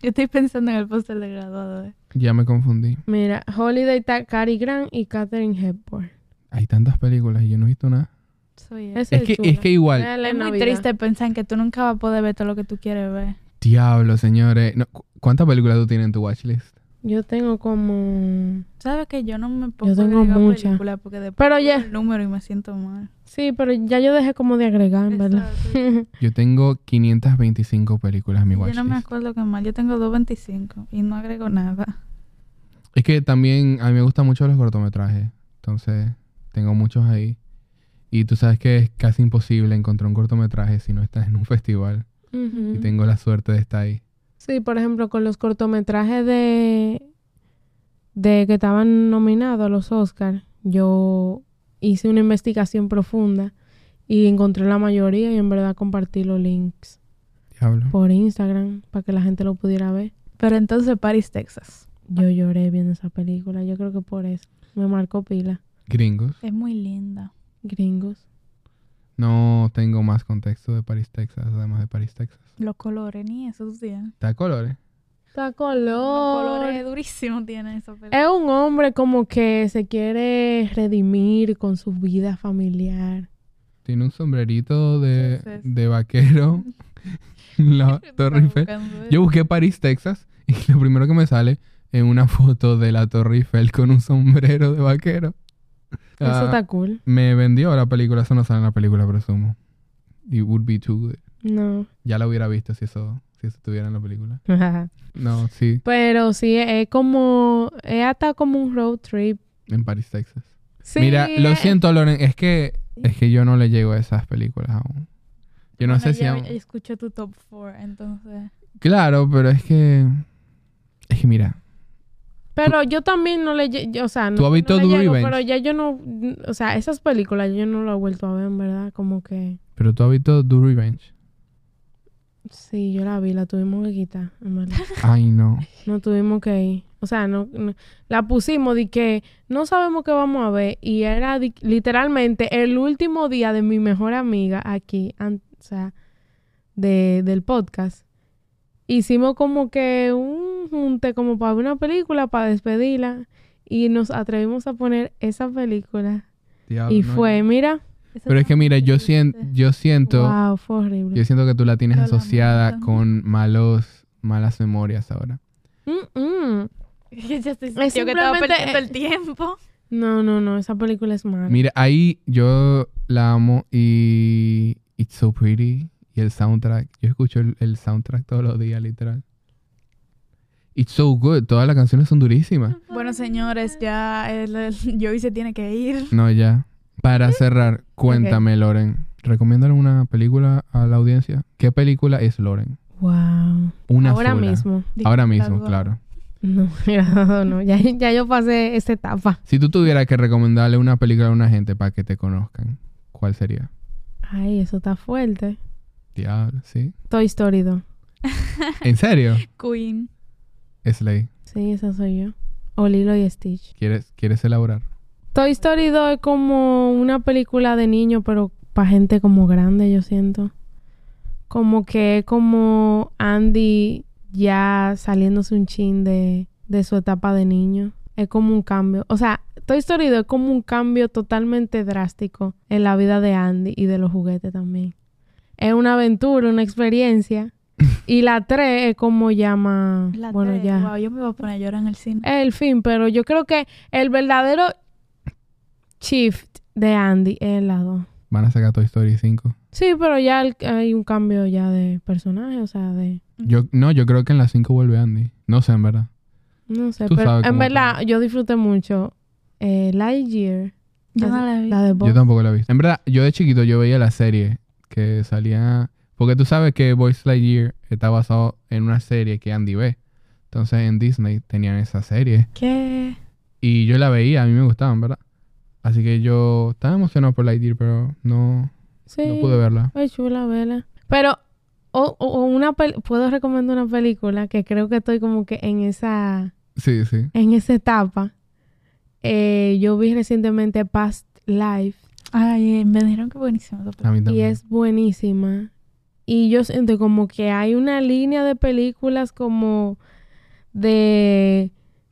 A: Yo estoy pensando en el póster de graduado. eh.
B: ya me confundí.
C: Mira, Holiday está Cary Grant y Katherine Hepburn.
B: Hay tantas películas y yo no he visto nada.
A: Soy
C: Esa
B: Es que
C: chula.
B: es que igual,
C: Véala
A: Es
C: en
A: muy
C: Navidad.
A: triste pensar en que tú nunca vas a poder ver todo lo que tú quieres ver.
B: diablo, señores. No, cu- ¿Cuántas películas tú tienes en tu watchlist?
C: Yo tengo como...
A: ¿Sabes que yo no me pongo
C: tengo
A: a agregar
C: muchas.
A: películas porque después
C: Pero
A: pongo
C: ya-
A: el número y me siento mal.
C: Sí, pero ya yo dejé como de agregar, Ah, en ¿verdad?
A: Exacto.
B: Yo tengo 525 películas en mi
A: Yo no
B: watchlist.
A: me acuerdo qué mal. Yo tengo 2.25 y no agrego nada.
B: es que también a mí me gustan mucho los cortometrajes. Entonces, tengo muchos ahí. Y tú sabes que es casi imposible encontrar un cortometraje si no estás en un festival.
C: Ujú.
B: Y tengo la suerte de estar ahí.
C: Sí, por ejemplo, con los cortometrajes de, de que estaban nominados a los Oscars, yo hice una investigación profunda y encontré la mayoría y en verdad compartí los links
B: Diablo.
C: por Instagram para que la gente lo pudiera ver.
A: Pero entonces Paris, Texas.
C: Yo lloré viendo esa película, yo creo que por eso me marcó pila.
B: Gringos.
A: Es muy linda.
C: Gringos.
B: No tengo más contexto de París, Texas, además de París, Texas.
A: Los colores, ni esos días.
B: ¿Está a colores?
C: Está
A: Los
C: color.
A: colores durísimos tienen esa película.
C: Es un hombre como que se quiere redimir con su vida familiar.
B: Tiene un sombrerito de,
A: ¿Qué es eso?
B: de vaquero. la Torre Eiffel. Ah, Yo busqué París, Texas, y lo primero que me sale es una foto de la Torre Eiffel con un sombrero de vaquero.
C: Eso
B: Ah,
C: está cool.
B: Me vendió la película, eso no sale en la película, presumo. It would be too good.
C: No.
B: Ya la hubiera visto si eso, si eso estuviera en la película. No, sí,
C: Pero sí, es como, es hasta como un road trip.
B: en París, Texas.
C: Sí, eh,
B: Mira, lo
C: es-
B: siento, Loren, es que, es que yo no le llego a esas películas aún. Yo no sé si aún-
C: eh.
A: escuché tu top 4, entonces.
B: Claro, pero es que... Es que mira,
C: Pero yo también no le, lle- yo- o sea, no,
B: Tú has visto
C: no le
B: Do
C: llego,
B: Revenge.
C: pero ya yo no, o sea, esas películas yo no las he vuelto a ver, en verdad, como que,
B: pero tú has visto Do Revenge.
C: sí, yo la vi, la tuvimos que quitar, en verdad.
B: Ay, no.
C: No tuvimos que ir. O sea, no, no- la pusimos de que no sabemos qué vamos a ver. Y era di- literalmente el último día de mi mejor amiga aquí, an- o sea, de, del podcast. Hicimos como que un junte como para ver una película, para despedirla. Y nos atrevimos a poner esa película.
B: Diablo,
C: y
B: Ah, no.
C: fue, mira,
B: Pero es que mira, yo, sien- yo siento...
C: wow, fue horrible.
B: Yo siento que tú la tienes
A: Lo
B: asociada
A: lamento.
B: con malos, malas memorias ahora.
C: Mm, mm.
A: ya estoy
C: Es
A: sintió que estaba
C: simplemente- eh,
A: perdiendo el tiempo.
C: No, no, no, esa película es mala.
B: Mira, ahí yo la amo y It's So Pretty y el soundtrack. Yo escucho el, el soundtrack todos los días, literal. It's So Good, todas las canciones son durísimas.
A: Bueno, señores, ya el, el Joey se tiene que ir.
B: No, ya. Para cerrar, cuéntame, Loren. ¿Recomiendan una película a la audiencia? ¿Qué película es Loren?
C: Wow.
B: Una
C: Ahora
B: sola.
C: mismo.
B: Ahora mismo,
A: Graduado.
B: claro.
C: No, graduado no. Ya, ya yo pasé esta etapa.
B: Si tú tuvieras que recomendarle una película a una gente para que te conozcan, ¿cuál sería?
C: Ay, eso está fuerte.
B: Diablo, sí.
C: Toy Story 2.
B: ¿En serio?
A: Queen.
B: Slay,
C: Sí, esa soy yo. O Lilo y Stitch.
B: ¿quieres, ¿quieres elaborar?
C: Toy Story 2 es como una película de niño, pero para gente como grande, yo siento. Como que es como Andy ya saliéndose un chin de, de su etapa de niño. Es como un cambio. O sea, Toy Story 2 es como un cambio totalmente drástico en la vida de Andy y de los juguetes también. Es una aventura, una experiencia. y la 3 es como llama...
A: La
C: bueno,
A: tres.
C: ya
A: Wow, yo me voy a poner a llorar en el cine.
C: el fin, pero yo creo que el verdadero shift de Andy es el lado.
B: Van a sacar Toy Story 5.
C: Sí, pero ya el- hay un cambio ya de personaje, o sea, de...
B: Yo, no, yo creo que en la 5 vuelve Andy. No sé, en verdad.
C: No sé,
B: Tú
C: pero
B: sabes
C: en
B: cómo
C: verdad
B: cambia.
C: yo disfruté mucho eh, Lightyear,
A: yo no la vi.
C: la de Bob.
B: Yo tampoco la he visto. En verdad, yo de chiquito yo veía la serie que salía... Porque tú sabes que Voice Lightyear está basado en una serie que Andy ve. Entonces en Disney tenían esa serie.
A: ¿Qué?
B: Y yo la veía, a mí me gustaban, ¿verdad? Así que yo estaba emocionado por Lightyear, pero no,
C: Sí,
B: no pude verla.
C: fue chula, vela. Pero, o, o- o una pel- puedo recomendar una película que creo que estoy como que en esa,
B: Sí, sí.
C: en esa etapa. Eh, yo vi recientemente Past Life.
A: Ay, eh, me dijeron que buenísimo. esa
B: A
A: película.
B: mí también.
C: Y es buenísima. Y yo siento como que hay una línea de películas como de...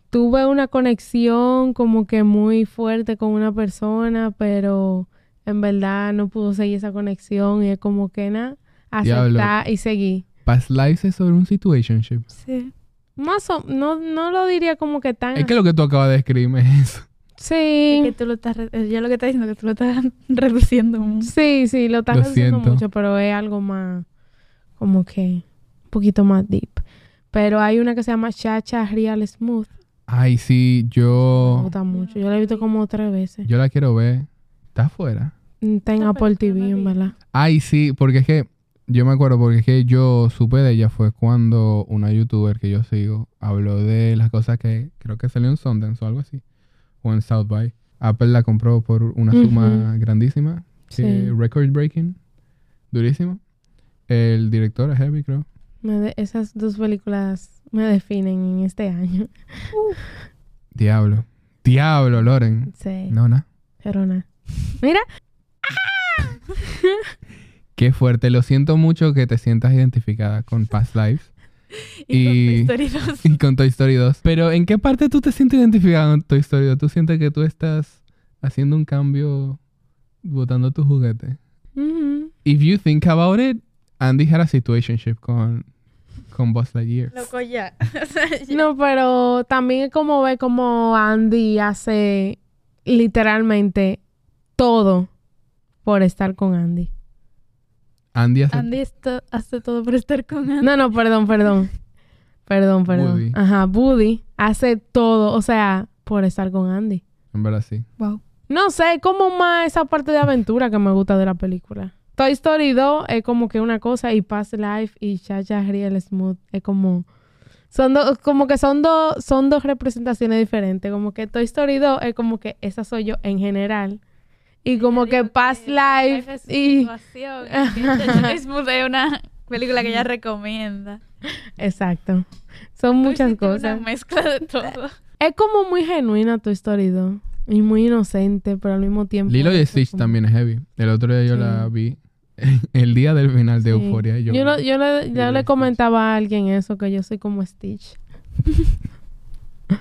C: Tuve una conexión como que muy fuerte con una persona, pero en verdad no pudo seguir esa conexión y es como que nada,
B: Diablo.
C: aceptar y seguir.
B: Past Lives es sobre un situationship.
A: Sí.
C: Más o no, no lo diría como que tan.
B: Es que lo que tú acabas de describirme es eso.
A: Que
C: Sí.
A: tú lo estás re- eh, yo lo que estoy diciendo es que tú lo estás reduciendo mucho.
C: Sí, sí, lo estás
B: Lo
C: haciendo
B: siento.
C: mucho, pero es algo más. Como que. Un poquito más deep. Pero hay una que se llama Chacha Real Smooth.
B: Ay, sí, yo.
C: Me gusta mucho. Yo la he visto como tres veces.
B: Oh.
C: Mm,
B: Yo la quiero ver. ¿Está afuera?
C: Está en
A: No, pero
C: Apple
A: yo no
C: TV, en
A: vi.
C: verdad.
B: Ay, sí, porque es que yo me acuerdo, porque es que yo supe de ella fue cuando una youtuber que yo sigo habló de las cosas que creo que salió en Sundance o algo así, o en South by. Apple la compró por una suma
C: Ujú.
B: grandísima, que
C: Sí.
B: record breaking, durísimo. El director es Heavy, creo.
C: Me de- esas dos películas me definen en este año.
B: Diablo. Diablo, Loren.
C: Sí.
B: No, na.
C: Pero nada. Mira.
B: Qué fuerte. Lo siento mucho que te sientas identificada con Past Lives Y-
A: Y, con Toy Story 2.
B: y con Toy Story 2. Pero ¿en qué parte tú te sientes identificado con Toy Story 2? ¿Tú sientes que tú estás haciendo un cambio botando tu juguete?
C: Ujú.
B: If you think about it, Andy had a situationship con, con Buzz Lightyear.
A: Loco, ya. O sea, ya.
C: No, pero también es como ve como Andy hace literalmente todo por estar con Andy.
B: Andy hace...
A: Andy esto- hace todo por estar con Andy.
C: No, no, perdón, perdón. Perdón, perdón.
B: Woody.
C: Ajá, Woody hace todo, o sea, por estar con Andy.
B: En verdad, sí.
A: Wow.
C: No sé, es como más esa parte de aventura que me gusta de la película. Toy Story 2 es como que una cosa y Past Life y Chacha Real Smooth es como son dos como que son dos son dos representaciones diferentes, como que Toy Story 2 es como que esa soy yo en general y como que Past Life y
A: Es una película que ella recomienda.
C: exacto. Son muchas
A: Hiciste
C: cosas.
A: Una mezcla de todo.
C: Es como muy genuina Toy Story 2 y muy inocente, pero al mismo tiempo
B: Lilo y
C: es
B: Stitch
C: como-
B: también es heavy. El otro día yo
C: Sí.
B: la vi el día del final de
C: Sí.
B: Euforia.
C: Yo, lo- yo le, yo
B: y
C: le
B: Stitch.
C: comentaba a alguien eso, que yo soy como Stitch.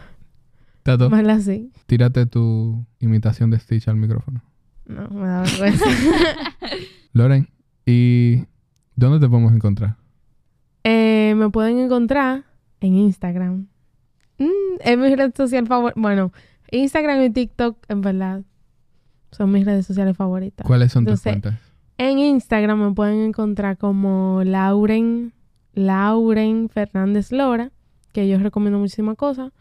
B: Tato,
C: Mal así.
B: tírate tu imitación de Stitch al micrófono.
C: No, me da vergüenza.
B: Loren, ¿y dónde te podemos encontrar?
C: Eh, me pueden encontrar en Instagram. Mm, es mi red social favorita. Bueno, Instagram y TikTok, en verdad, son mis redes sociales favoritas.
B: ¿Cuáles son
C: no
B: tus
C: sé.
B: cuentas?
C: En Instagram me pueden encontrar como Lauren, Lauren Fernández Lora, que yo recomiendo muchísimas cosas,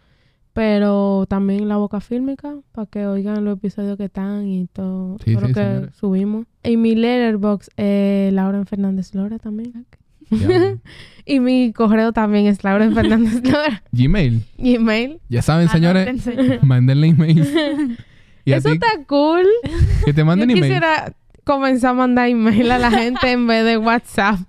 C: pero también La Boca Fílmica, para que oigan los episodios que están y todo,
B: Sí,
C: todo lo
B: sí,
C: que
B: señores.
C: subimos. Y mi letterbox, eh, Lauren Fernández Lora también.
B: Ya.
C: Y mi correo también es Lauren Fernández Lora,
B: Gmail.
C: Gmail.
B: Ya
A: Ah,
B: saben, señores, mándenle email. Y a
C: Eso
B: ti,
C: está cool.
B: que te
C: Yo
B: manden email.
C: quisiera comenzar a mandar email a la gente en vez de WhatsApp.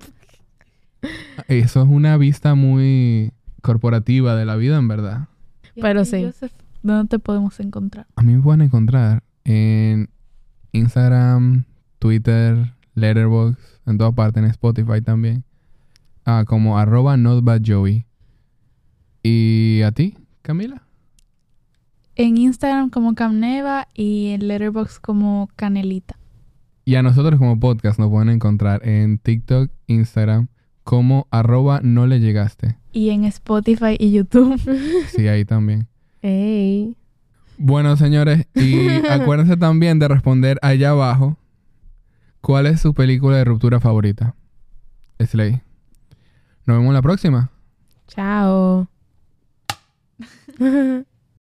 B: Eso es una vista muy corporativa de la vida, en verdad.
C: Pero sí.
A: Joseph, ¿Dónde te podemos encontrar?
B: A mí me pueden encontrar en Instagram, Twitter, Letterboxd, en todas partes, en Spotify también. Ah, como arroba notbadjoey. ¿Y a ti, Camila?
A: En Instagram como Camneva y en Letterboxd como Canelita.
B: Y a nosotros como podcast nos pueden encontrar en TikTok, Instagram, como arroba no le llegaste.
A: Y en Spotify y YouTube.
B: Sí, ahí también.
C: Ey.
B: Bueno, señores, y acuérdense también de responder allá abajo cuál es su película de ruptura favorita. Slay. Nos vemos en la próxima.
C: Chao.